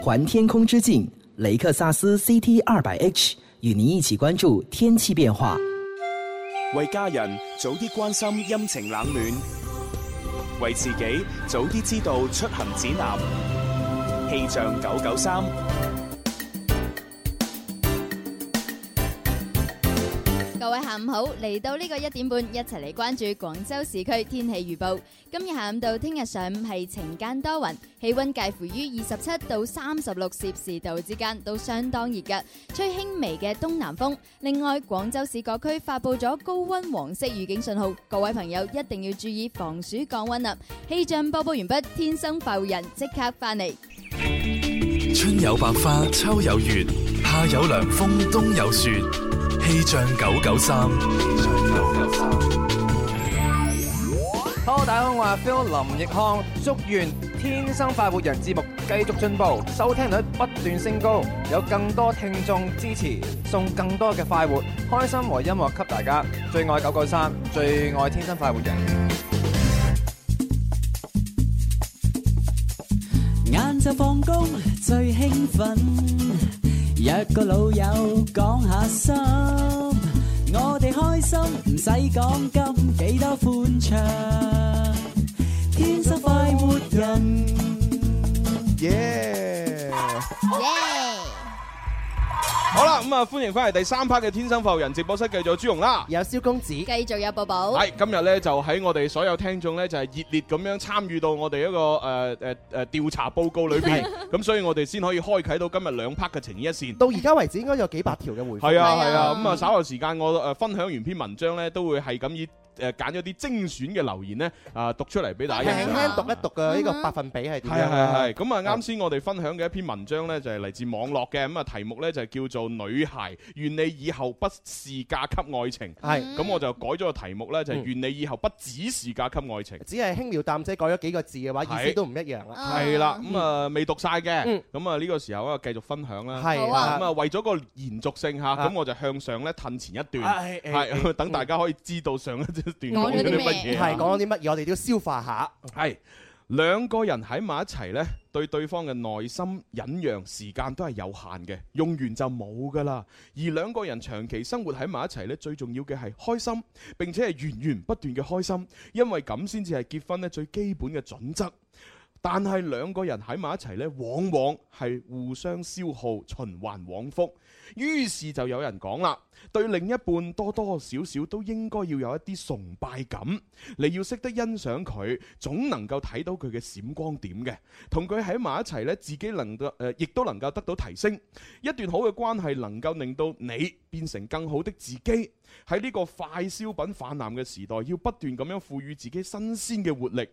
Speaker 17: 环天空之境，雷克萨斯 CT 二百 H 与您一起关注天气变化。
Speaker 1: 为家人早啲关心阴晴冷暖，为自己早啲知道出行指南。气象九九三，
Speaker 2: 各位下午好，嚟到呢個一點半，一齊嚟關注廣州市區天氣預報。今日下午到聽日上午係晴間多雲，氣温介乎於二十七到三十六攝氏度之間，都相當熱嘅，吹輕微嘅東南風。另外，廣州市各區發布咗高温黃色預警信號，各位朋友一定要注意防暑降温啦。氣象播報完畢，天生快活人即刻翻嚟。
Speaker 3: 春有百花，秋有月，夏有涼風，冬有雪。氣象九九三，
Speaker 18: Hello，大家好，我係 Phil 林奕康，祝願《天生快活人》節目繼續進步，收聽率不斷升高，有更多聽眾支持，送更多嘅快活、開心和音樂給大家。最愛九九三，最愛《天生快活人》。
Speaker 19: 晏晝放工最興奮，約個老友講下心，我哋開心唔使講金，幾多歡暢，天生快活人。
Speaker 8: 耶！好啦，咁啊，歡迎翻嚟第三 part 嘅《天生浮人》直播室，繼續有朱容啦，
Speaker 9: 有蕭公子。
Speaker 2: 繼續有寶寶。
Speaker 8: 系哎今日咧，就喺我哋所有聽眾咧，就係熱烈咁樣參與到我哋一個呃诶诶诶调查報告裏邊， 咁所以我哋先可以開啟到今日兩 part 嘅情意一 線。
Speaker 9: 到而家為止應該有幾百條嘅回覆。
Speaker 8: 係啊係啊，咁啊稍後時間我誒分享完篇文章咧，都會係咁以誒揀咗啲精選嘅留言咧啊讀出嚟俾大家欣
Speaker 9: 輕輕
Speaker 8: 賞。
Speaker 9: 讀一讀嘅呢個百分比係點
Speaker 8: 係
Speaker 9: 樣
Speaker 8: 係
Speaker 9: 啊？
Speaker 8: 係，咁啊啱先我哋分享嘅一篇文章咧就係嚟自網絡嘅，咁啊題目咧就係叫做《女孩願你以後不是嫁給愛情》，
Speaker 9: 係
Speaker 8: 咁我就改咗個題目咧就係
Speaker 9: 嗯
Speaker 8: 願你以後不只是嫁給愛情。
Speaker 9: 只係輕描淡寫改咗幾個字嘅話，意思都唔一樣啦。
Speaker 8: 係啦，咁啊未讀晒嘅
Speaker 9: 嗯，
Speaker 8: 咁啊呢個時候啊繼續分享啦。
Speaker 9: 係好啊
Speaker 8: 咁啊為咗個延續性嚇，咁我就向上咧褪前一
Speaker 9: 啊
Speaker 8: 段，
Speaker 9: 係係
Speaker 8: 係
Speaker 9: 係
Speaker 8: 等大家可以知道上一段
Speaker 9: 講
Speaker 8: 講咗
Speaker 9: 咗啲
Speaker 8: 啲
Speaker 9: 咩
Speaker 8: 乜嘢。
Speaker 9: 係講咗
Speaker 8: 啲乜嘢，我哋都要消化下。係兩個人喺埋一齊呢，對對方嘅內心忍讓時間都係有限嘅，用完就冇噶啦。而兩個人長期生活喺埋一齊呢，最重要嘅係開心，並且係源源不斷嘅開心，因為咁先至係結婚呢最基本嘅準則。但係兩個人喺埋一齊呢，往往係互相消耗，循環往復。於是就有人講啦，對另一半多多少少都應該要有一啲崇拜感，你要識得欣賞佢，總能夠睇到佢嘅閃光點嘅。同佢喺埋一齊呢，自己能夠呃亦都能夠得到提升。一段好嘅關係能夠令到你變成更好的自己。喺呢個快消品泛濫嘅時代，要不斷咁樣賦予自己新鮮嘅活力。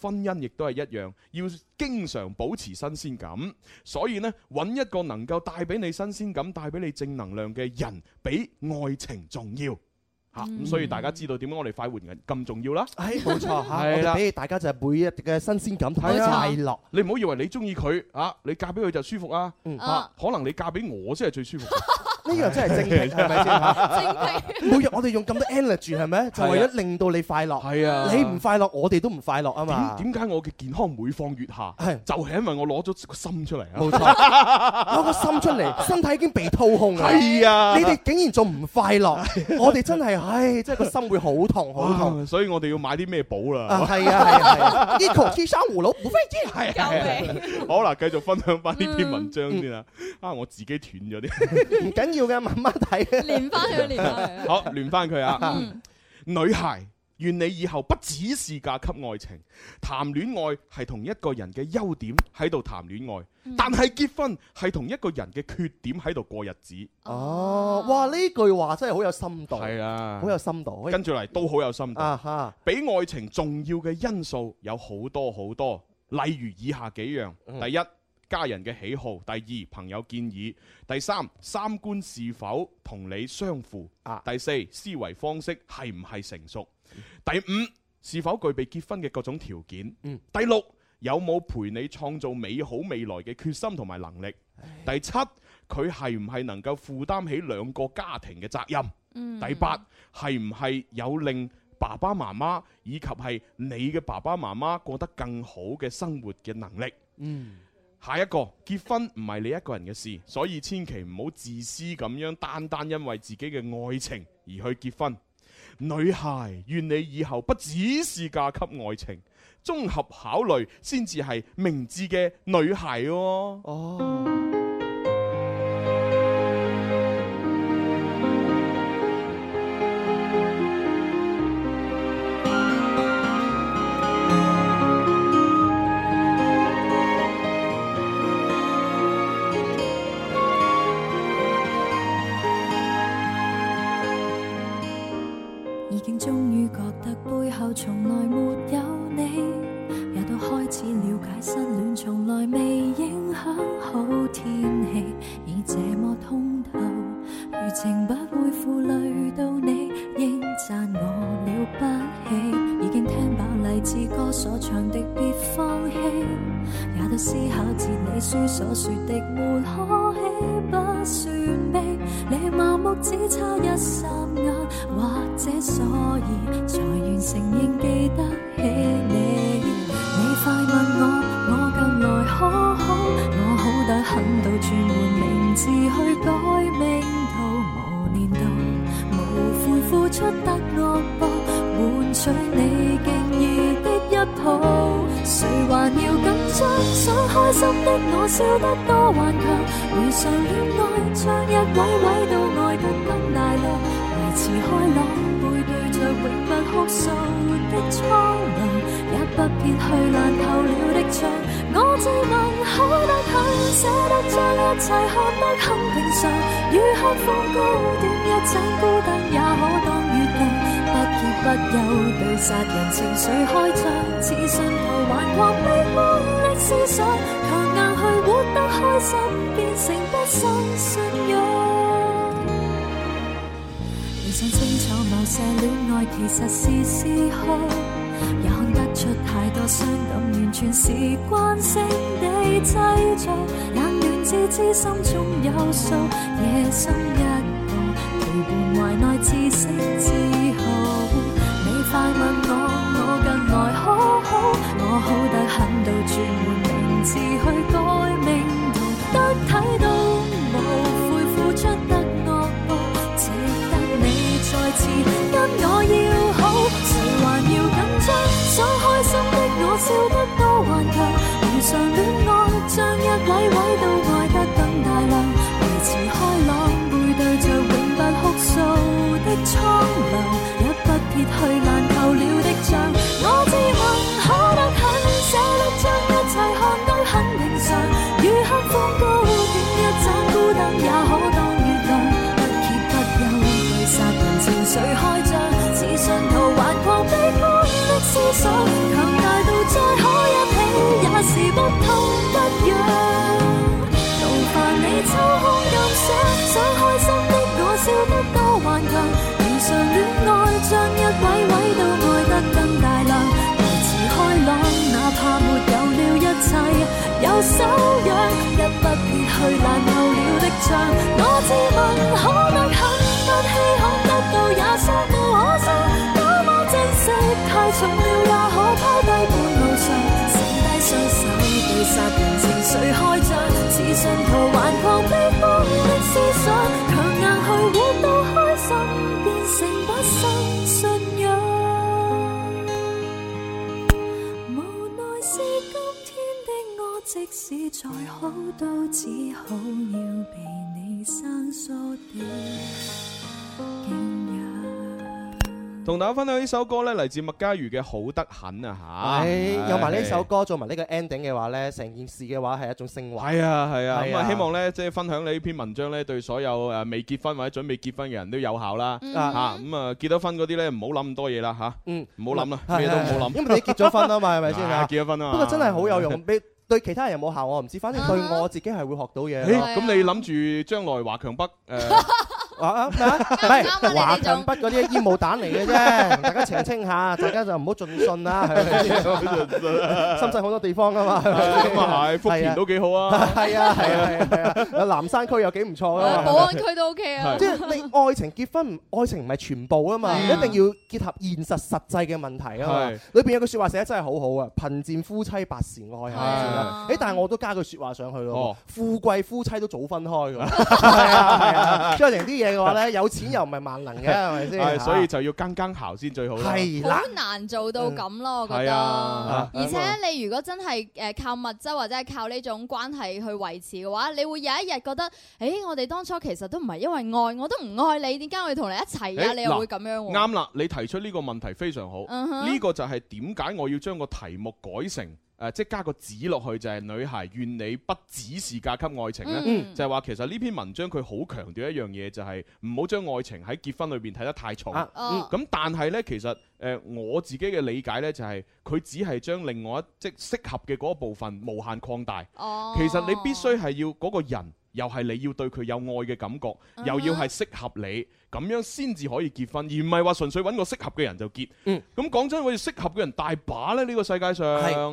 Speaker 8: 婚姻亦都係一樣，要經常保持新鮮感。所以呢，揾一個能夠帶俾你新鮮感、帶俾你正能量嘅人，比愛情重要。吓咁、
Speaker 9: 嗯
Speaker 8: 所以大家知道點解我哋快活人咁重要啦。
Speaker 9: 係冇錯嚇，我
Speaker 8: 係啦
Speaker 9: 哋俾大家就係每日嘅新鮮感同埋
Speaker 8: 係啊
Speaker 9: 快樂。
Speaker 8: 你唔好以為你中意佢啊，你嫁俾佢就舒服啊，啊可能你嫁俾我先係最 舒服。
Speaker 9: 呢樣真係正評係咪先 嚇？每日我哋用咁多 energy 係咪？就為咗令到你快樂。係
Speaker 8: 啊
Speaker 9: 你唔快樂，我哋都唔快樂啊嘛。
Speaker 8: 點解我嘅健康每況愈下？就係因為我攞咗個心出嚟啊！
Speaker 9: 冇錯， 攞個心出嚟，身體已經被掏空啦。
Speaker 8: 係啊
Speaker 9: 你哋竟然仲唔快樂？我哋真係，唉，真係個心會好痛，好痛。
Speaker 8: 哇所以我哋要買啲咩寶啦
Speaker 9: 啊，？係啊，係啊，係啊，Eco 天生葫蘆不費勁，
Speaker 8: 係係啊 好啦，繼續分享翻呢篇文章先啦。
Speaker 9: 嗯
Speaker 8: 啊，我自己斷咗啲。
Speaker 9: 唔緊要嘅，慢慢睇。
Speaker 2: 連翻去，連翻去。
Speaker 8: 好，聯翻佢 啊！
Speaker 9: 嗯
Speaker 8: 女孩，願你以後不只是嫁給愛情，談戀愛係同一個人嘅優點喺度談戀愛，
Speaker 9: 嗯
Speaker 8: 但係結婚係同一個人嘅缺點喺度過日子。
Speaker 9: 哦，哇！呢句話真係好有深度，
Speaker 8: 係啊，
Speaker 9: 好有深度。
Speaker 8: 跟住嚟都好有深度。
Speaker 9: 啊哈！
Speaker 8: 比愛情重要嘅因素有好多好多，例如以下幾樣：
Speaker 9: 嗯
Speaker 8: 第一，家人嘅喜好；第二，朋友建議；第三，三觀是否同你相符；
Speaker 9: 啊
Speaker 8: 第四，思維方式係唔係成熟；
Speaker 9: 嗯
Speaker 8: 第五，是否具備結婚嘅各種條件；
Speaker 9: 嗯
Speaker 8: 第六，有冇陪你創造美好未來嘅決心同埋能力；第七，佢係唔係能夠負擔起兩個家庭嘅責任？
Speaker 5: 嗯
Speaker 8: 第八係唔係有令爸爸媽媽以及係你嘅爸爸媽媽過得更好嘅生活嘅能力？
Speaker 5: 嗯，
Speaker 8: 下一個結婚唔係你一個人嘅事，所以千祈唔好自私咁樣，單單因為自己嘅愛情而去結婚。女孩，願你以後不只是嫁給愛情，綜合考慮先至係明智嘅女孩喎、
Speaker 9: 哦。
Speaker 20: 已經終於覺得背後從來沒有你，也都開始了解失戀從來未影響好天氣，已這麼通透，餘情不會負累到你，應讚我了不起，已經聽飽勵志歌所唱的別放棄，也都思考哲理書所說的沒可喜不算悲，你麻木只差一霎眼。或者所以才願承認記得起你。你快問我，我近來可好？我好歹狠到轉換名字去改名到無年度，無悔付出得惡報，換取你敬意的一抱。誰還要緊張？想開心的我笑得多頑強，如常戀愛將一位位都愛得更大量。維持開朗，背對着永不哭訴的蒼涼，也不必去爛透了的牆。我自問好得很，捨得將一切看得很平常。與客放高端一盞孤燈，也可當月亮。不熱不友對殺人情緒開張，自信徒頑狂悲觀的思想，強硬去活得開心，變成畢生信仰。你想清楚某些戀愛其實是嗜好，也看得出太多傷感完全是慣性地製造，冷暖自知心中有數，野心一步陪伴懷內自識自豪。你快問我，我近來可好？我好歹狠到轉換名字去改名圖，得睇到無悔付出得惡報，值得。你再次跟我要好，誰還要緊張？想開心的我笑得多頑強，如常戀愛，將一位位都愛得更大量，維持開朗，背對着永不哭訴的蒼涼，也不撇去爛透了的像。我自問可得很，捨得將一切看得很平常，與黑風高點一盞孤燈也可當月亮。殺人情緒開張，自信徒頑狂悲觀的思想，強大到再可一起，也是不痛不癢。勞煩你抽空感想，想開心的我笑得多頑強，如常戀愛將一位位都愛得更大量，維持開朗，哪怕沒有了一切，有手癢，一不撇去爛透了的像，我自問可得很。不稀罕得到也相當可惜，多麼珍惜太重了也可拋低半路上，剩低雙手對殺人情緒開張，似信徒頑狂悲觀的思想，強硬去活到開心，變成畢生信仰。無奈是今天的我，即使再好，都只好要被你生疏的。
Speaker 8: 同大家分享呢首歌咧，嚟自麥家瑜嘅《好得很》啊
Speaker 9: 係
Speaker 8: 嚇，
Speaker 9: 哎有埋呢首歌做埋呢個 ending 嘅話咧，成件事嘅話係一種升華。
Speaker 8: 係啊係啊，咁啊希望咧即係分享你呢篇文章咧，對所有誒未結婚或者準備結婚嘅人都有效啦
Speaker 9: 嗯
Speaker 8: 嚇。咁啊結咗婚嗰啲咧，唔好諗咁多嘢啦嚇，
Speaker 9: 嗯，
Speaker 8: 唔好諗啦，咩都唔好諗。
Speaker 9: 因為你結咗婚啊嘛，係 咪先啊？
Speaker 8: 啊結咗婚啊嘛
Speaker 9: 不過真係好有用，俾對其他人有冇效我唔知，反正對我自己係會學到嘢
Speaker 8: 誒
Speaker 9: 咯。
Speaker 8: 咁你諗住將來華強北呃誒
Speaker 9: 啊啊咩啊？唔係華強北嗰啲煙霧彈嚟嘅啫，大家澄清下，大家就唔好盡信啦。係 咪先深圳好多地方噶嘛，係咪先
Speaker 8: 咁啊係福田都幾好啊，
Speaker 9: 係啊係啊係啊係啊，有南山區有幾唔錯啊嘛。
Speaker 2: 保安區都 OK 啊
Speaker 9: 即。係你愛情結婚，愛情唔係全部啊嘛，一定要結合現實實際嘅問題啊嘛
Speaker 8: 係。
Speaker 9: 裏邊有句説話寫得真係好好啊，貧賤夫妻百事哀係咪先啊？誒，但係我都加句説話上去咯
Speaker 8: 哦，
Speaker 9: 富貴夫妻都早分開㗎，係啊係啊，即係連啲嘢嘢嘅話咧，有錢又唔係萬能 嘅，係咪
Speaker 8: 係
Speaker 9: 先？啊
Speaker 8: 所以就要更更姣先最好啦。
Speaker 9: 係
Speaker 2: 好難做到咁咯，我覺
Speaker 8: 係啊
Speaker 2: 得。
Speaker 8: 嗯
Speaker 2: 而且你如果真係誒靠物質或者係靠呢種關係去維持嘅話，你會有一日覺得，誒我哋當初其實都唔係因為愛，我都唔愛你，點解我要同你一齊啊？
Speaker 8: 誒
Speaker 2: 你又會
Speaker 8: 嗱
Speaker 2: 咁樣喎。
Speaker 8: 啱啦，你提出呢個問題非常好。
Speaker 2: 嗯哼
Speaker 8: 呢個就係點解我要將個題目改成。誒，即係加個子落去就係女孩願你不只是嫁給愛情咧，
Speaker 2: 嗯
Speaker 8: 就係話其實呢篇文章佢好強調一樣嘢，就係唔好將愛情喺結婚裏邊睇得太重。咁、
Speaker 9: 啊嗯
Speaker 8: 但係呢，其實誒、呃我自己嘅理解呢，就係、佢只係將另外一即係適合嘅嗰一部分無限擴大。
Speaker 2: 哦
Speaker 8: 其實你必須係要嗰個人，又係你要對佢有愛嘅感覺，
Speaker 2: 嗯哼
Speaker 8: 又要係適合你，咁樣先至可以結婚，而唔係話純粹揾個適合嘅人就結。
Speaker 2: 嗯
Speaker 8: 咁講真，我哋適合嘅人大把咧，呢個世界上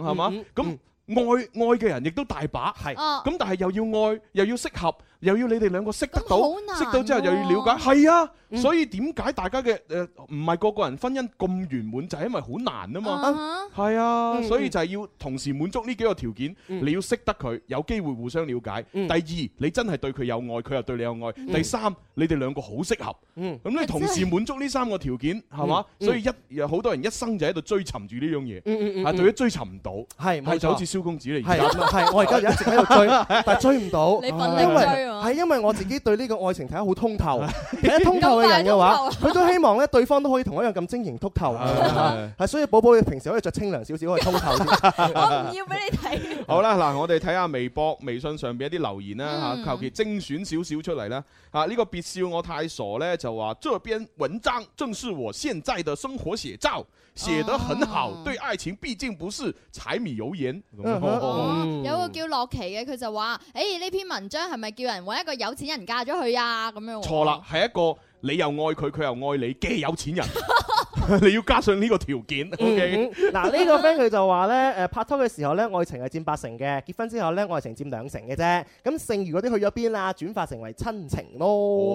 Speaker 8: 係嘛？
Speaker 2: 嗯
Speaker 8: 咁愛愛嘅人亦都大把，係
Speaker 2: 哦
Speaker 8: 咁，但係又要愛，又要適合，又要你哋兩個識得到
Speaker 2: 好難，
Speaker 8: 識到之後又要了解，
Speaker 2: 喎
Speaker 8: 係啊，所以點解大家嘅誒唔係個個人婚姻咁圓滿，就係因為好難啊嘛
Speaker 2: 啊，
Speaker 8: 係啊，
Speaker 2: 嗯
Speaker 8: 所以就係要同時滿足呢幾個條件，你要識得佢，有機會互相了解。第二，你真係對佢有愛，佢又對你有愛。
Speaker 2: 嗯
Speaker 8: 第三，你哋兩個好適合，咁你同時滿足呢三個條件，係嘛？
Speaker 9: 嗯
Speaker 8: 所以一有好多人一生就喺度追尋住呢樣
Speaker 9: 嗯嗯嗯
Speaker 8: 嘢，啊，對咗追尋唔到，
Speaker 9: 係冇錯
Speaker 8: 係就好似蕭公子你而
Speaker 9: 係
Speaker 8: 家，
Speaker 9: 係，我而家就一直喺度追，但係追唔 到，
Speaker 8: 你奮力
Speaker 9: 因為
Speaker 8: 追
Speaker 9: 係因為我自己對呢個愛情睇得好通 透，睇得通透啊嘅人嘅話，
Speaker 2: 咁
Speaker 9: 佢都希望咧對方都可以同我一樣咁晶瑩剔透，
Speaker 8: 係
Speaker 9: 係所以寶寶你平時可以着清涼少少，可以通透 啲。
Speaker 2: 要俾你睇。
Speaker 8: 好啦，嗱，我哋睇下微博、微信上邊一啲留言啦
Speaker 2: 嗯
Speaker 8: 吓，求其精選少少出嚟啦。啊，呢個別笑我太傻呢，就話這篇文章正是我現在的生活寫照，寫得很好，對愛情畢竟不是柴米油鹽。
Speaker 9: 嗯
Speaker 8: 哦
Speaker 2: 有個叫洛奇嘅，佢就話：，誒呢篇文章係咪叫人揾一個有錢人嫁咗佢啊？咁樣喎
Speaker 8: 錯啦，係一個你又愛佢，佢又愛你嘅有錢人， 你要加上呢個條件。OK，
Speaker 9: 嗯嗱呢個 friend 佢就話咧，誒拍拖嘅時候咧，愛情係佔八成嘅，結婚之後咧，愛情佔兩成嘅啫。咁剩餘嗰啲去咗邊啊？轉化成為親情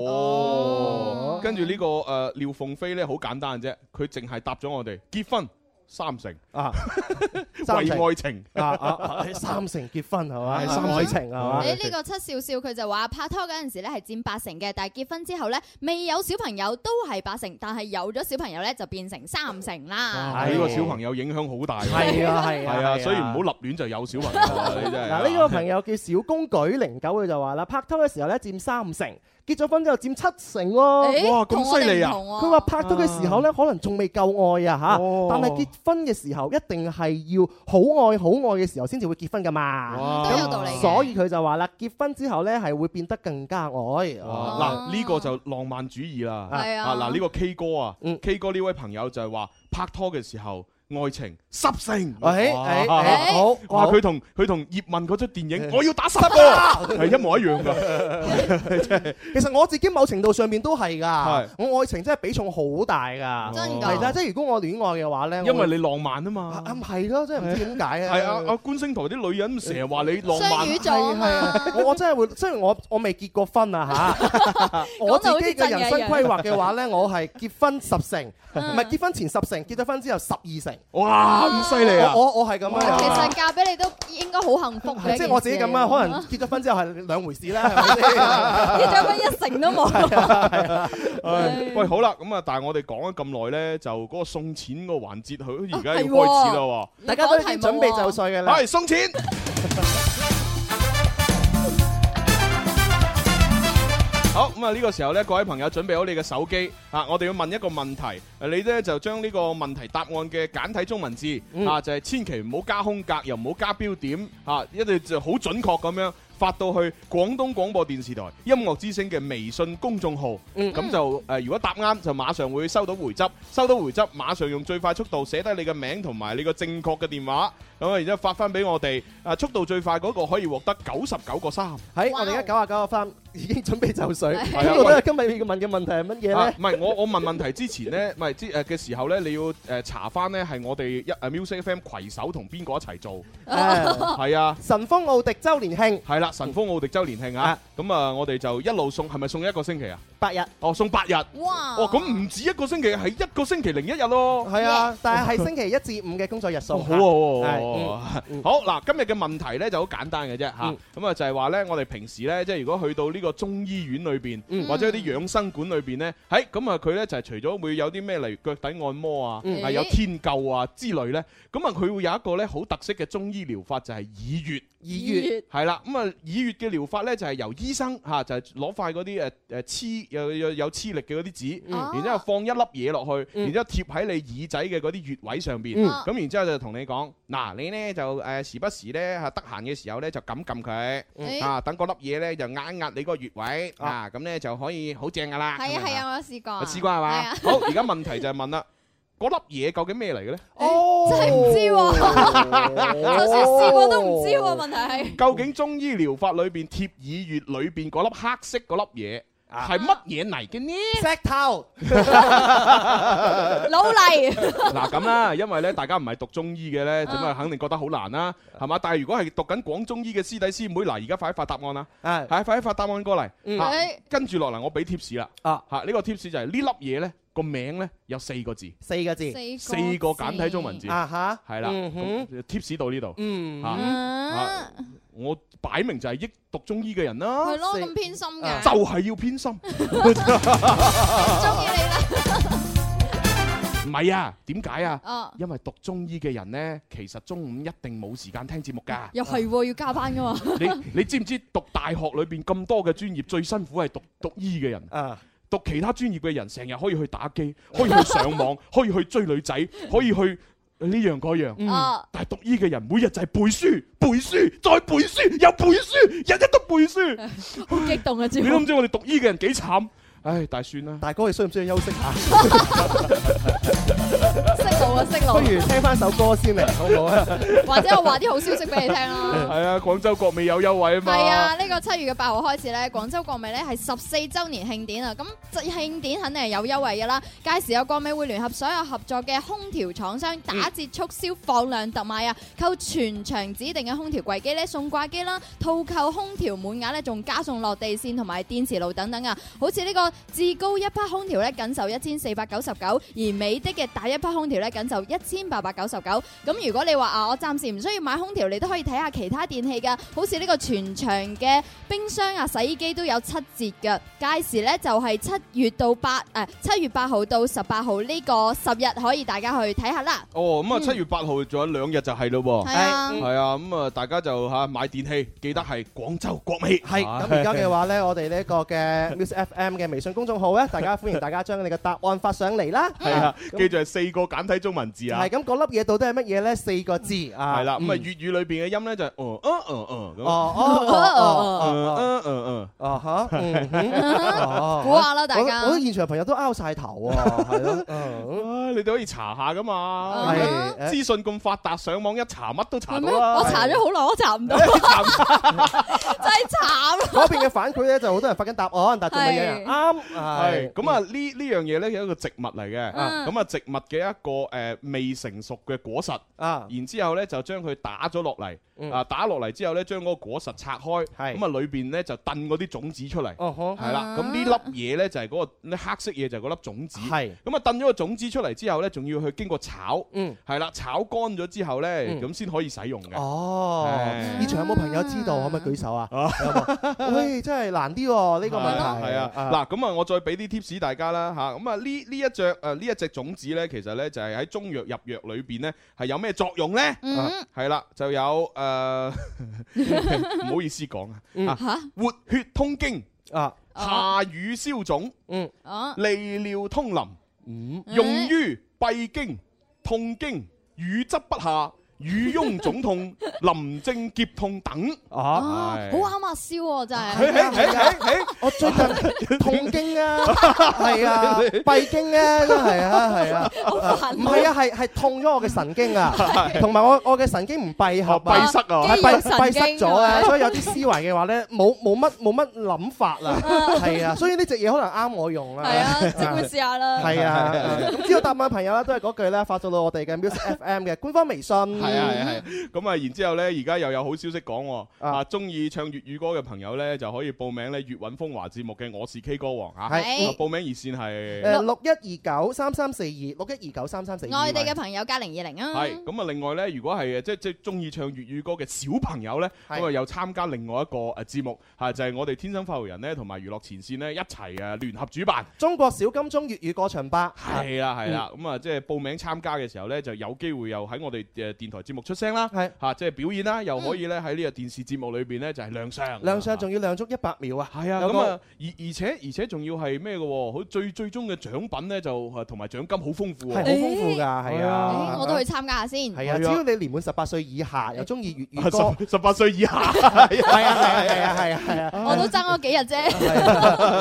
Speaker 9: 咯。
Speaker 8: 跟住呢個誒廖鳳飛呢，好簡單啫，佢淨係答咗我哋結婚三成
Speaker 9: 啊，三
Speaker 8: 為
Speaker 9: 成
Speaker 8: 愛情
Speaker 9: 啊啊啊三成結婚係嘛？
Speaker 8: 係三成
Speaker 9: 愛情係嘛？
Speaker 2: 你呢個七少少佢就話拍拖嗰陣時咧係佔八成嘅，但係結婚之後咧未有小朋友都係八成，但係有咗小朋友咧就變成三成啦。
Speaker 8: 哇呢個小朋友影響好大喎，
Speaker 9: 係啊係啊
Speaker 8: 係
Speaker 9: 係
Speaker 8: 啊，
Speaker 9: 啊
Speaker 8: 所以唔好立亂就有 小朋友啊，你真係。
Speaker 9: 嗱，呢個朋友叫小公舉零九，佢就話啦，拍拖嘅時候咧佔三成，結咗婚之後佔七
Speaker 8: 誒
Speaker 9: 成喎。
Speaker 8: 哇咁犀利啊同我哋唔同喎
Speaker 9: 佢話拍拖嘅時
Speaker 8: 嗯
Speaker 9: 候咧，可能仲未夠愛啊嚇，
Speaker 8: 哦
Speaker 9: 但係結婚嘅時候一定係要好愛好愛嘅時候先至會結婚噶嘛。
Speaker 8: 哇都有道理嘅
Speaker 9: 所以佢就話啦，結婚之後咧係會變得更加愛。
Speaker 8: 哇嗱，呢個就浪漫主義啦。
Speaker 9: 係啊
Speaker 8: 嗱呢個 K 哥啊，K 哥呢位朋友就係話拍拖嘅時候。愛情十成，
Speaker 9: 哎
Speaker 8: 哇
Speaker 9: 哎哎好
Speaker 8: 哇！
Speaker 9: 好
Speaker 8: 佢同佢同葉問嗰出電影，我要打十個，係一模一樣㗎，真係
Speaker 9: 其實我自己某程度上面都係
Speaker 8: 係
Speaker 9: 㗎，我愛情真係比重好大㗎，
Speaker 8: 真㗎
Speaker 9: 係啦，即係如果我戀愛嘅話咧，
Speaker 8: 因為
Speaker 9: 我
Speaker 8: 你浪漫啊嘛。
Speaker 9: 啱係咯，真係唔知點解啊！
Speaker 8: 係啊，阿觀星台啲女人成日話你浪漫，
Speaker 9: 係啊！我我真係會，雖然我我未結過婚 啊嚇，我自己嘅嗯人生規劃嘅話 咧，我係結婚十成，唔係結婚前十成，結咗婚之後十二成。
Speaker 8: 哇咁犀利啊
Speaker 9: 我我我係咁
Speaker 2: 其
Speaker 9: 樣
Speaker 2: 實嫁俾你都應該好幸福嘅一件事嚟㗎。
Speaker 9: 即係我自己咁啊，可 能結咗婚之後係兩回事 啦，係咪先？啊
Speaker 2: 結咗婚一成都冇。
Speaker 8: 唉喂，好啦，咁啊，但係我哋講咗咁耐咧，就嗰個送錢個環節，佢好似而家
Speaker 9: 啊
Speaker 8: 要
Speaker 9: 係喎
Speaker 8: 開始啦喎。
Speaker 9: 大家都已經準備就緒嘅啦。
Speaker 8: 係送錢。好咁啊！呢個時候呢，各位朋友準備好你嘅手機啊！我哋要問一個問題，你呢就將呢個問題答案嘅簡體中文 字、啊，就係、千祈唔好加空格，又唔好加標點啊！一定就好準確咁樣發到去廣東廣播電視台音樂之聲嘅微信公眾號。咁、就誒、如果答啱就馬上會收到回執，收到回執馬上用最快速度寫低你嘅名同埋你個正確嘅電話，咁啊，然之後發翻俾我哋。啊，速度最快嗰個可以獲得九十九個三。
Speaker 9: 喺我哋而家九啊九啊三已經準備就緒，
Speaker 8: 係啊
Speaker 9: 咁我覺得今日要問嘅問題係乜嘢
Speaker 8: 啊
Speaker 9: 咧？
Speaker 8: 唔係我我問問題之前呢， 唔係之誒嘅時候呢，你要誒查翻呢係我哋一誒 Music FM 攜手同邊個一齊做？
Speaker 9: 啊
Speaker 8: 係啊，
Speaker 9: 神風奧迪周年慶
Speaker 8: 係啦，神風奧迪周年慶啊！咁啊，我哋就一路送，係咪送一個星期啊？
Speaker 9: 八日。
Speaker 8: 哦，送八日。
Speaker 2: 哇
Speaker 8: 哦，咁唔止一個星期，係一個星期零一日咯。
Speaker 9: 係啊，但係係星期一至五嘅工作日數。
Speaker 8: 哦好喎
Speaker 9: 係
Speaker 8: 好
Speaker 9: 啊
Speaker 8: 喎
Speaker 9: 嗯
Speaker 8: 好嗱，今日嘅問題咧就好簡單嘅啫嚇，咁啊就係話咧，我哋平時咧即係如果去到呢個中醫院裏邊，
Speaker 9: 嗯
Speaker 8: 或者嗰啲養生館裏邊咧，喺咁啊佢咧就係除咗會有啲咩例如腳底按摩啊，
Speaker 9: 嗯
Speaker 8: 係有天灸啊之類咧，咁啊佢會有一個咧好特色嘅中醫療法就係耳穴。
Speaker 9: 耳穴
Speaker 8: 係啦，咁啊耳穴嘅療法咧就係由醫生嚇就係攞塊嗰啲誒誒黐有有有黐力嘅嗰啲紙，
Speaker 9: 嗯
Speaker 2: 哦
Speaker 8: 然之後放一粒嘢落去，然之後貼喺你耳仔嘅嗰啲穴位上邊，
Speaker 9: 嗯
Speaker 8: 咁然之後就同你講，嗱你呢就誒時不時呢，嚇得閒嘅時候呢，就撳撳
Speaker 2: 嗯
Speaker 8: 佢，啊等嗰粒嘢呢，就壓一壓你嗰個穴位，啊咁呢就可以好正噶啦。
Speaker 2: 係啊
Speaker 8: 咁樣
Speaker 2: 係啊，我有試過啊。
Speaker 8: 我試過係
Speaker 2: 係
Speaker 8: 嘛
Speaker 2: 啊？
Speaker 8: 好，而家問題就係問啦，嗰粒嘢究竟咩嚟嘅呢？
Speaker 2: 真係唔知
Speaker 8: 哦
Speaker 2: 喎，就算試過都唔知喎。問題係
Speaker 8: 究竟中醫療法裏邊貼耳穴裏邊嗰粒黑色嗰粒嘢係乜嘢嚟嘅呢？
Speaker 9: 石頭。
Speaker 2: 老泥。
Speaker 8: 嗱咁啦，因為咧大家唔係讀中醫嘅咧，咁啊肯定覺得好難啦，
Speaker 9: 啊
Speaker 8: 係嘛？但係如果係讀緊廣中醫嘅師弟師妹，嗱而家快啲發答案啦，係快啲發答案過嚟，
Speaker 9: 嗯啊
Speaker 8: 嚇
Speaker 9: 係
Speaker 8: 跟住落嚟我俾 tips 啦，嚇呢個 tips 就係呢粒嘢咧個名咧有四個字，
Speaker 9: 四個字
Speaker 8: 四個簡體中文字，
Speaker 9: 啊哈
Speaker 8: 係啦
Speaker 9: 嗯哼
Speaker 8: 咁，tips 到呢度，
Speaker 9: 嗯
Speaker 2: 啊
Speaker 8: 嚇嚇我擺明就係益讀中醫嘅人啦，
Speaker 2: 係咯，咁偏心
Speaker 9: 啊
Speaker 2: 嘅。
Speaker 8: 就啊係要偏心。唔係啊，點解啊
Speaker 2: 哦？
Speaker 8: 因為讀中醫嘅人呢，其實中午一定冇時間聽節目㗎。
Speaker 2: 又係
Speaker 8: 啊
Speaker 2: 喎，要加班噶嘛。
Speaker 8: 你你知唔知讀大學裏邊咁多嘅專業最辛苦係讀讀醫嘅人？
Speaker 9: 啊！
Speaker 8: 讀其他專業嘅人成日可以去打機，可以去上網， 可以去追女仔，可以去呢樣嗰樣。
Speaker 2: 嗯啊
Speaker 8: 但係讀醫嘅人每日就係背書、背書、再背書、又背書，日日都背 書。
Speaker 2: 好激動啊！知
Speaker 8: 你都唔知我哋讀醫嘅人幾慘？唉，但係算啦。
Speaker 9: 大哥，你需唔需要休息下？
Speaker 2: 識路啊，識路。
Speaker 9: 不如聽翻首歌先嚟，好唔 好啊？
Speaker 2: 或者我話啲好消息俾你聽啦。
Speaker 8: 係啊，廣州國美有優惠啊嘛。
Speaker 2: 係啊，呢個七月嘅八號開始咧，廣州國美咧係十四週年慶典啊！咁慶典肯定係有優惠嘅啦。屆時有國美會聯合所有合作嘅空調廠商打折促銷放量特賣啊！購全場指定嘅空調櫃機咧送掛機啦，套購空調滿額咧仲加送落地線同埋電磁爐等等啊！好似呢個至高一匹空調咧僅售一千四百九十九，而美的嘅大一匹空調咧僅售一千八百九十九。咁如果你話啊，我暫時唔需要買空調，你都可以睇下其他電器噶，好似呢個全場嘅冰箱啊、洗衣機都有七折嘅。屆時咧就係、七月到八誒七月八號到十八號呢個十日可以大家去睇下啦。
Speaker 8: 哦，咁啊，
Speaker 2: 嗯
Speaker 8: 七月八號仲有兩日就係
Speaker 9: 哦
Speaker 8: 咯喎，
Speaker 2: 係啊
Speaker 8: 係啊，咁啊，大家就嚇買電器，記得係廣州國美。係
Speaker 9: 咁而家嘅話咧，我哋呢個嘅 Music FM 嘅微信公眾號咧，大家歡迎大家將你嘅答案發上嚟啦。
Speaker 8: 係啊，
Speaker 9: 咁
Speaker 8: 記住係四個簡體中文字啊。
Speaker 9: 係咁，嗰粒嘢到底係乜嘢咧？四個字啊。
Speaker 8: 係啦，咁啊
Speaker 9: 嗯
Speaker 8: 粵語裏邊嘅音咧就係哦哦哦哦咁。
Speaker 9: 哦哦哦哦
Speaker 8: 嗯嗯嗯嗯。
Speaker 9: 啊哈，嗯哼哦
Speaker 2: 估下啦大家哦
Speaker 9: 我我覺得現場朋友都拗晒頭喎， 係咯，嗯
Speaker 8: 唉啊你哋可以查下噶
Speaker 2: 啊
Speaker 8: 嘛，
Speaker 9: 哦
Speaker 8: 啊
Speaker 9: 係
Speaker 8: 資訊咁發達，上網一查乜都查
Speaker 2: 係
Speaker 8: 到
Speaker 2: 咩？
Speaker 8: 啦。
Speaker 2: 我查咗好耐，我查 唔到，真係慘咯。
Speaker 9: 嗰邊嘅反饋咧就好多人發緊答案，但係仲未有人
Speaker 2: 係
Speaker 9: 啱。
Speaker 8: 係
Speaker 9: 係
Speaker 8: 咁啊！呢呢樣嘢咧有一個植物嚟嘅，
Speaker 9: 啊
Speaker 8: 咁啊植物嘅一個誒未成熟嘅果實，
Speaker 9: 啊嗯
Speaker 8: 然之後咧就將佢打咗落嚟，啊打落嚟之後咧將嗰個果實拆開，咁啊裏邊咧就燉嗰啲種子出嚟，
Speaker 9: 哦嗯
Speaker 8: 係啦。咁呢粒嘢咧就係嗰個呢黑色嘢就係嗰粒種子，
Speaker 9: 係
Speaker 8: 咁啊燉咗個種子出嚟之後咧，仲要去經過炒，
Speaker 2: 嗯
Speaker 8: 係啦，炒乾咗之後咧
Speaker 9: 嗯
Speaker 8: 咁先可以使用嘅。
Speaker 9: 哦
Speaker 8: 係，
Speaker 9: 現場有冇朋友知道？可唔可以舉手啊？有冇喂，真係難啲喎呢個問題。
Speaker 8: 係啊，嗱咁啊，我再俾啲 tips 大家啦吓，咁啊呢呢一隻誒呢一隻種子咧，其實咧就係喺中藥入藥裏邊咧係有咩作用咧？
Speaker 2: 嗯
Speaker 8: 啊係啦，就有誒 唔好意思講啊
Speaker 2: 嗯
Speaker 8: 啊
Speaker 2: 吓，
Speaker 8: 活血通經
Speaker 9: 啊，
Speaker 8: 下雨消腫，
Speaker 9: 嗯，
Speaker 2: 哦
Speaker 8: 利尿通淋，
Speaker 2: 嗯
Speaker 8: 用於閉經、痛經、乳汁不下、乳痈腫痛、淋症拮痛等
Speaker 2: 啊
Speaker 8: 啊
Speaker 2: 好啱阿蕭喎，真
Speaker 8: 係係係係
Speaker 2: 係。
Speaker 8: 係
Speaker 9: 哎我最 近痛經啊，係啊，閉經啊，真係啊，係啊，唔係啊，係係痛咗我嘅神經 啊，同埋我我嘅神經唔 閉合啊，
Speaker 8: 閉塞啊肌肉
Speaker 9: 係閉
Speaker 8: 神經
Speaker 9: 閉塞咗啊，
Speaker 8: 啊
Speaker 9: 所以有啲思維嘅話咧，冇冇乜冇乜諗法 啦，係啊，所以呢隻嘢可能啱我用啦，係啊，
Speaker 2: 即管試下 啦。
Speaker 9: 係啊，咁知道答案嘅朋友咧，都係嗰句咧，發到到我哋嘅 Music FM 嘅官方微信，
Speaker 8: 係係啊係啊係啊咁啊，然之後咧，而家又有好消息講喎，啊，中意唱粵語歌嘅朋友咧，就可以報名咧《粵韻風華》節目嘅《我是 K 歌王》嚇。
Speaker 9: 係嗯
Speaker 8: 啊報名熱線係
Speaker 9: 誒六一二九三三四二，六一二九三三四二。
Speaker 2: 外地嘅朋友加零二零啊，
Speaker 8: 係咁啊！另外咧，如果係即即中意唱粵語歌嘅小朋友咧，
Speaker 2: 係
Speaker 8: 咁啊又參加另外一個誒節目嚇，就係我哋天生發育人咧同埋娛樂前線咧一齊誒聯合主辦。
Speaker 9: 中國小金鐘粵語歌唱吧。
Speaker 8: 係啦，係
Speaker 9: 嗯
Speaker 8: 啦，咁啊，即係報名參加嘅時候咧，就有機會又喺我哋誒電台節目出聲啦，嚇，即係表演啦，又可以咧喺呢個電視節目裏邊咧就係亮相。
Speaker 9: 亮相仲要亮足一百秒啊！
Speaker 8: 係啊，咁啊，而而且而且仲要係咩嘅喎？好最最終嘅獎品咧就誒同埋獎金好豐富喎，
Speaker 9: 係好豐富㗎，係啊，
Speaker 2: 我都去參加下先。
Speaker 9: 係啊，只要你年滿十八歲以下，又中意粵語
Speaker 8: 啊
Speaker 9: 歌，
Speaker 8: 十八歲以下，
Speaker 9: 係啊，係啊，係啊，係 啊，
Speaker 2: 我都爭咗幾日啫。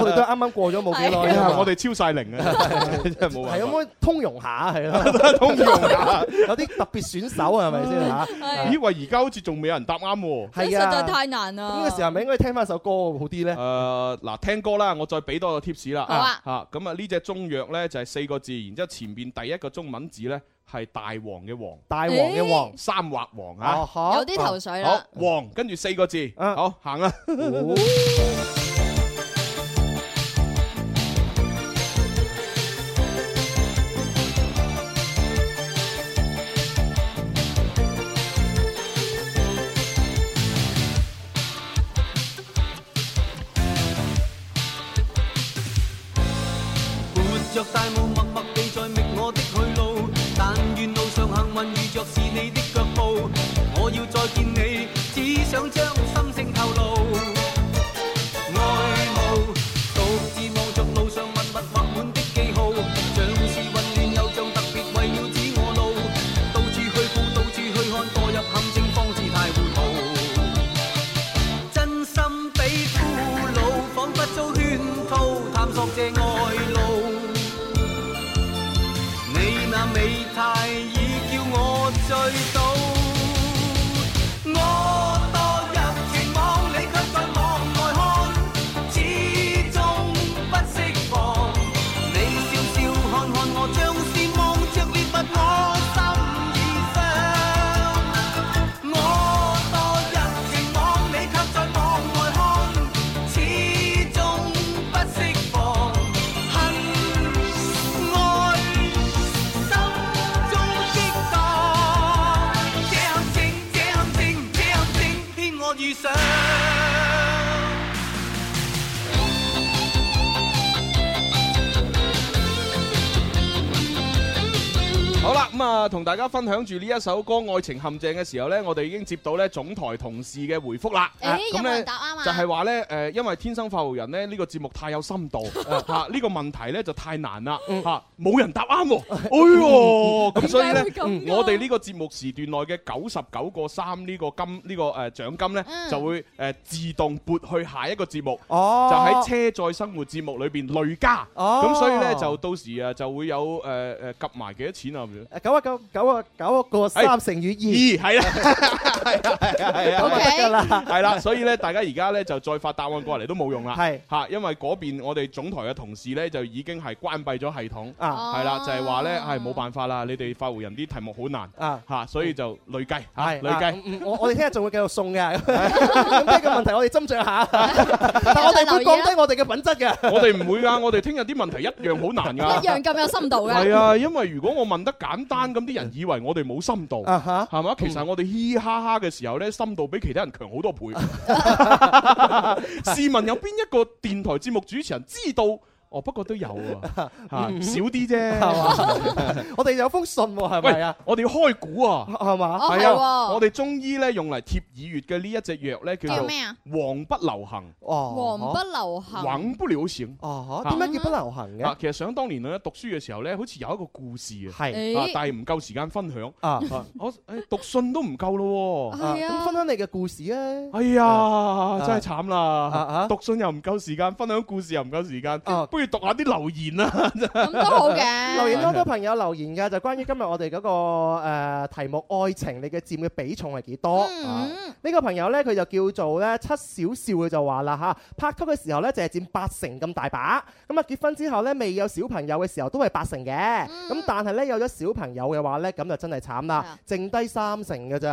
Speaker 9: 我哋都啱啱過咗冇幾耐
Speaker 8: 係
Speaker 9: 啊
Speaker 8: 啊，我哋超晒零啊，真係冇辦
Speaker 9: 係可
Speaker 8: 法。
Speaker 9: 唔啊可以通融下係啦？
Speaker 8: 通融下，
Speaker 9: 有啲特別選手啊係啊咪先 嚇？
Speaker 8: 咦？喂，而家好似仲未有人答啱喎。
Speaker 9: 係
Speaker 2: 實在
Speaker 9: 啊，
Speaker 2: 太難啦。
Speaker 9: 咁嘅時候咪應該聽翻首歌好啲咧？
Speaker 8: 誒呃嗱，聽歌啦，我再俾多個 tips 啦。
Speaker 2: 好啊
Speaker 8: 嚇咁啊，呢隻中藥呢，就係四個字，然之後前邊第一個中文字呢，係大王嘅王，
Speaker 9: 大王嘅王
Speaker 8: 三畫王
Speaker 9: 哦
Speaker 8: 啊，
Speaker 9: 呵有啲頭
Speaker 2: 緒
Speaker 8: 好
Speaker 2: 啦
Speaker 8: 王跟住四個字，好行啦。
Speaker 19: 活着大霧默默地在覓我的去路，但願路上幸運遇着是你的腳步。我要再見你，只想將心聲透露。愛慕，獨自望着路上密密畫滿的記號，像是混亂又像特別為了指我路，到處去顧，到處去看，墮入陷阱方知太糊塗。真心比俘虜，仿佛遭圈套，探索這愛路。你那美態已叫我醉倒，我墮入情網，你卻在網外看，始終不釋放。你笑笑看看我，像是望着獵物，我心已傷。我墮入情網，你卻在網外看，始終不釋放。恨愛心中激盪，這陷阱，這陷阱，這陷阱，偏我遇上。
Speaker 8: 好啦，咁啊，同大家分享住呢一首歌《愛情陷阱》嘅時候呢，我哋已經接到呢總台同事嘅回覆啦。
Speaker 2: 誒
Speaker 8: 啊
Speaker 2: 有
Speaker 8: 咁
Speaker 2: 冇
Speaker 8: 呢
Speaker 2: 人答啱啊
Speaker 8: 就係話呢，誒，因為天生發育人呢，呢個節目太有深度，嚇呢個問題呢就太難啦，
Speaker 2: 嗯
Speaker 8: 嚇冇人答啱喎。 哎呦，咁所以呢
Speaker 16: 點解會咁，㗎
Speaker 8: 我哋呢個節目時段內嘅九十九個三呢個金呢個誒獎金呢，
Speaker 16: 嗯
Speaker 8: 就會誒自動撥去下一個節目，就
Speaker 9: 哦
Speaker 8: 喺車載生活節目裏邊累加。
Speaker 9: 哦
Speaker 8: 咁所以呢，就到時啊就會有誒誒夾埋幾多錢啊？
Speaker 9: 九啊九九啊九個三乘以
Speaker 8: 二，係啦，啊
Speaker 9: 係啊係啊，咁就得㗎啦。
Speaker 8: 係啦，所以咧，大家而家咧就再發答案過嚟都冇用啦，
Speaker 9: 係
Speaker 8: 嚇，因為嗰邊我哋總台嘅同事咧就已經係關閉咗系統，
Speaker 2: 哦
Speaker 9: 啊
Speaker 8: 係啦，就係話咧係冇辦法啦，你哋發回人啲題目好難，
Speaker 9: 啊
Speaker 8: 嚇，所以就累計嚇，
Speaker 9: 係
Speaker 8: 累
Speaker 9: 啊
Speaker 8: 計。
Speaker 9: 嗯嗯我 我哋聽日仲會繼續送 嘅。咁呢個問題我哋斟酌下， 但我哋會啊降
Speaker 2: 啊
Speaker 9: 低我哋嘅品質嘅。
Speaker 8: 我哋唔會㗎，我哋聽日啲問題一樣好難㗎，
Speaker 2: 一樣咁有深度嘅
Speaker 8: 係啊，因為如果我問得簡單，咁啲人以為我哋冇深度，
Speaker 9: 啊哈
Speaker 8: 係嘛？其實我哋嘻嘻哈哈嘅時候呢，深度比其他人強好多 倍。試問有邊一個電台節目主持人知道？哦，不過都有 啊，嚇
Speaker 9: 嗯
Speaker 8: 少啲啫，
Speaker 9: 係嘛？ 我哋有封信喎，係咪啊？
Speaker 8: 我哋要開估啊，
Speaker 9: 係
Speaker 2: 哦
Speaker 9: 嘛？
Speaker 8: 係啊，我哋中醫呢，用嚟貼耳穴嘅呢一隻藥呢，叫
Speaker 2: 叫
Speaker 8: 做
Speaker 2: 咩啊
Speaker 8: 黃不流行。
Speaker 9: 哦
Speaker 2: 黃不流行，
Speaker 8: 玩不了行
Speaker 9: 哦，點解叫不流行
Speaker 8: 啊
Speaker 9: 嘅？，
Speaker 8: 其實想當年咧，讀書嘅時候咧，好似有一個故事嘅，
Speaker 9: 係
Speaker 8: 啊，但係唔夠時間分享
Speaker 9: 啊
Speaker 8: 我誒讀信都唔夠咯喎，
Speaker 9: 啊咁分享你嘅故事啊！啊
Speaker 8: 哎呀，真係慘啦！讀信又唔夠時間，分享故事又唔夠時間，不如不如讀下啲留言啊啦。咁
Speaker 2: 都好嘅
Speaker 9: 哦 留言好多朋友留言嘅，就關於今日我哋嗰個誒題目愛情，你嘅佔嘅比重係幾
Speaker 2: 嗯
Speaker 9: 多？啊呢個朋友呢，佢就叫做呢七小少，佢就話啦嚇，拍拖嘅時候呢，就係佔八成咁大把，咁啊結婚之後呢，未有小朋友嘅時候都係八成嘅，咁但係呢，有咗小朋友嘅話呢，咁就真係慘啦，剩低三成嘅啫。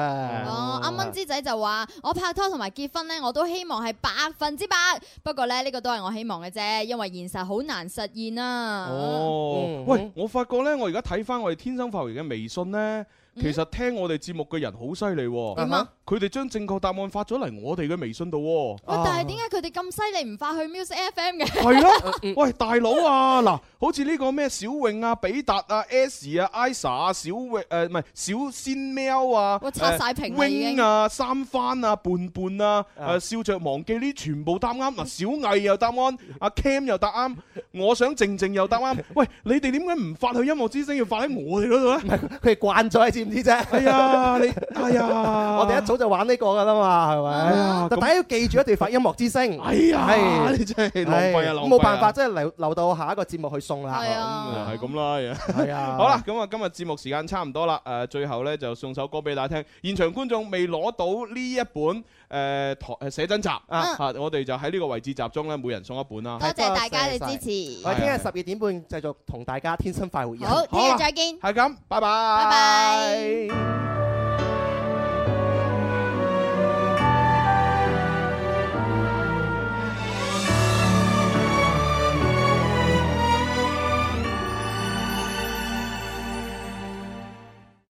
Speaker 2: 哦，啱啱之仔就話：我拍拖同埋結婚咧，我都希望係百分之百。不過咧，呢個都係我希望嘅啫，因為現實好難實現啊。
Speaker 8: 哦，喂，我發覺呢，我而家睇翻我哋天生發育嘅微信呢，其實聽我哋節目嘅人好犀利喎。
Speaker 2: 嗯點啊？
Speaker 8: 佢哋將正確答案發咗嚟我哋嘅微信度 喎。
Speaker 2: 喂，但係點解佢哋咁犀利唔發去 Music FM 嘅？
Speaker 8: 係咯，
Speaker 2: 嗯
Speaker 8: 喂大佬啊，嗱，好似呢個咩小穎啊、比達啊、S 啊、Isa 啊、小穎誒唔係小仙喵啊，
Speaker 2: 哇刷晒屏啦已經
Speaker 8: wing 啊、三番啊、伴伴啊、誒笑着忘記呢，全部答啱。嗱，小藝又答 啱，阿 Cam 又答啱，我想靜靜又答 啱。喂，你哋點解唔發去音樂之聲，要發喺我哋嗰度咧？
Speaker 9: 佢哋慣咗，你知唔知 啫？
Speaker 8: 哎呀，你哎呀，
Speaker 9: 我哋一早就玩呢個噶啦嘛，係咪？但大家要記住一定要發音樂之聲。
Speaker 8: 啊 哎呀
Speaker 9: 係
Speaker 8: 你真係浪費啊
Speaker 9: 係
Speaker 8: 浪費啊
Speaker 9: 冇辦法，真係留留到下一個節目去送啦。
Speaker 8: 啊，係咁啦，
Speaker 9: 係啊
Speaker 8: 好啦，咁啊，今日節目時間差唔多啦，誒，最後呢，就送首歌俾大家聽。現場觀眾未攞到呢一本誒台誒寫真集啊，嚇我哋就喺呢個位置集中呢，每人送一本啦。
Speaker 2: 多謝大家嘅支持
Speaker 9: 我哋聽日十二點半繼續同大家天生快活人。
Speaker 2: 好，聽日再見。
Speaker 8: 係咁，拜拜。
Speaker 2: 拜拜。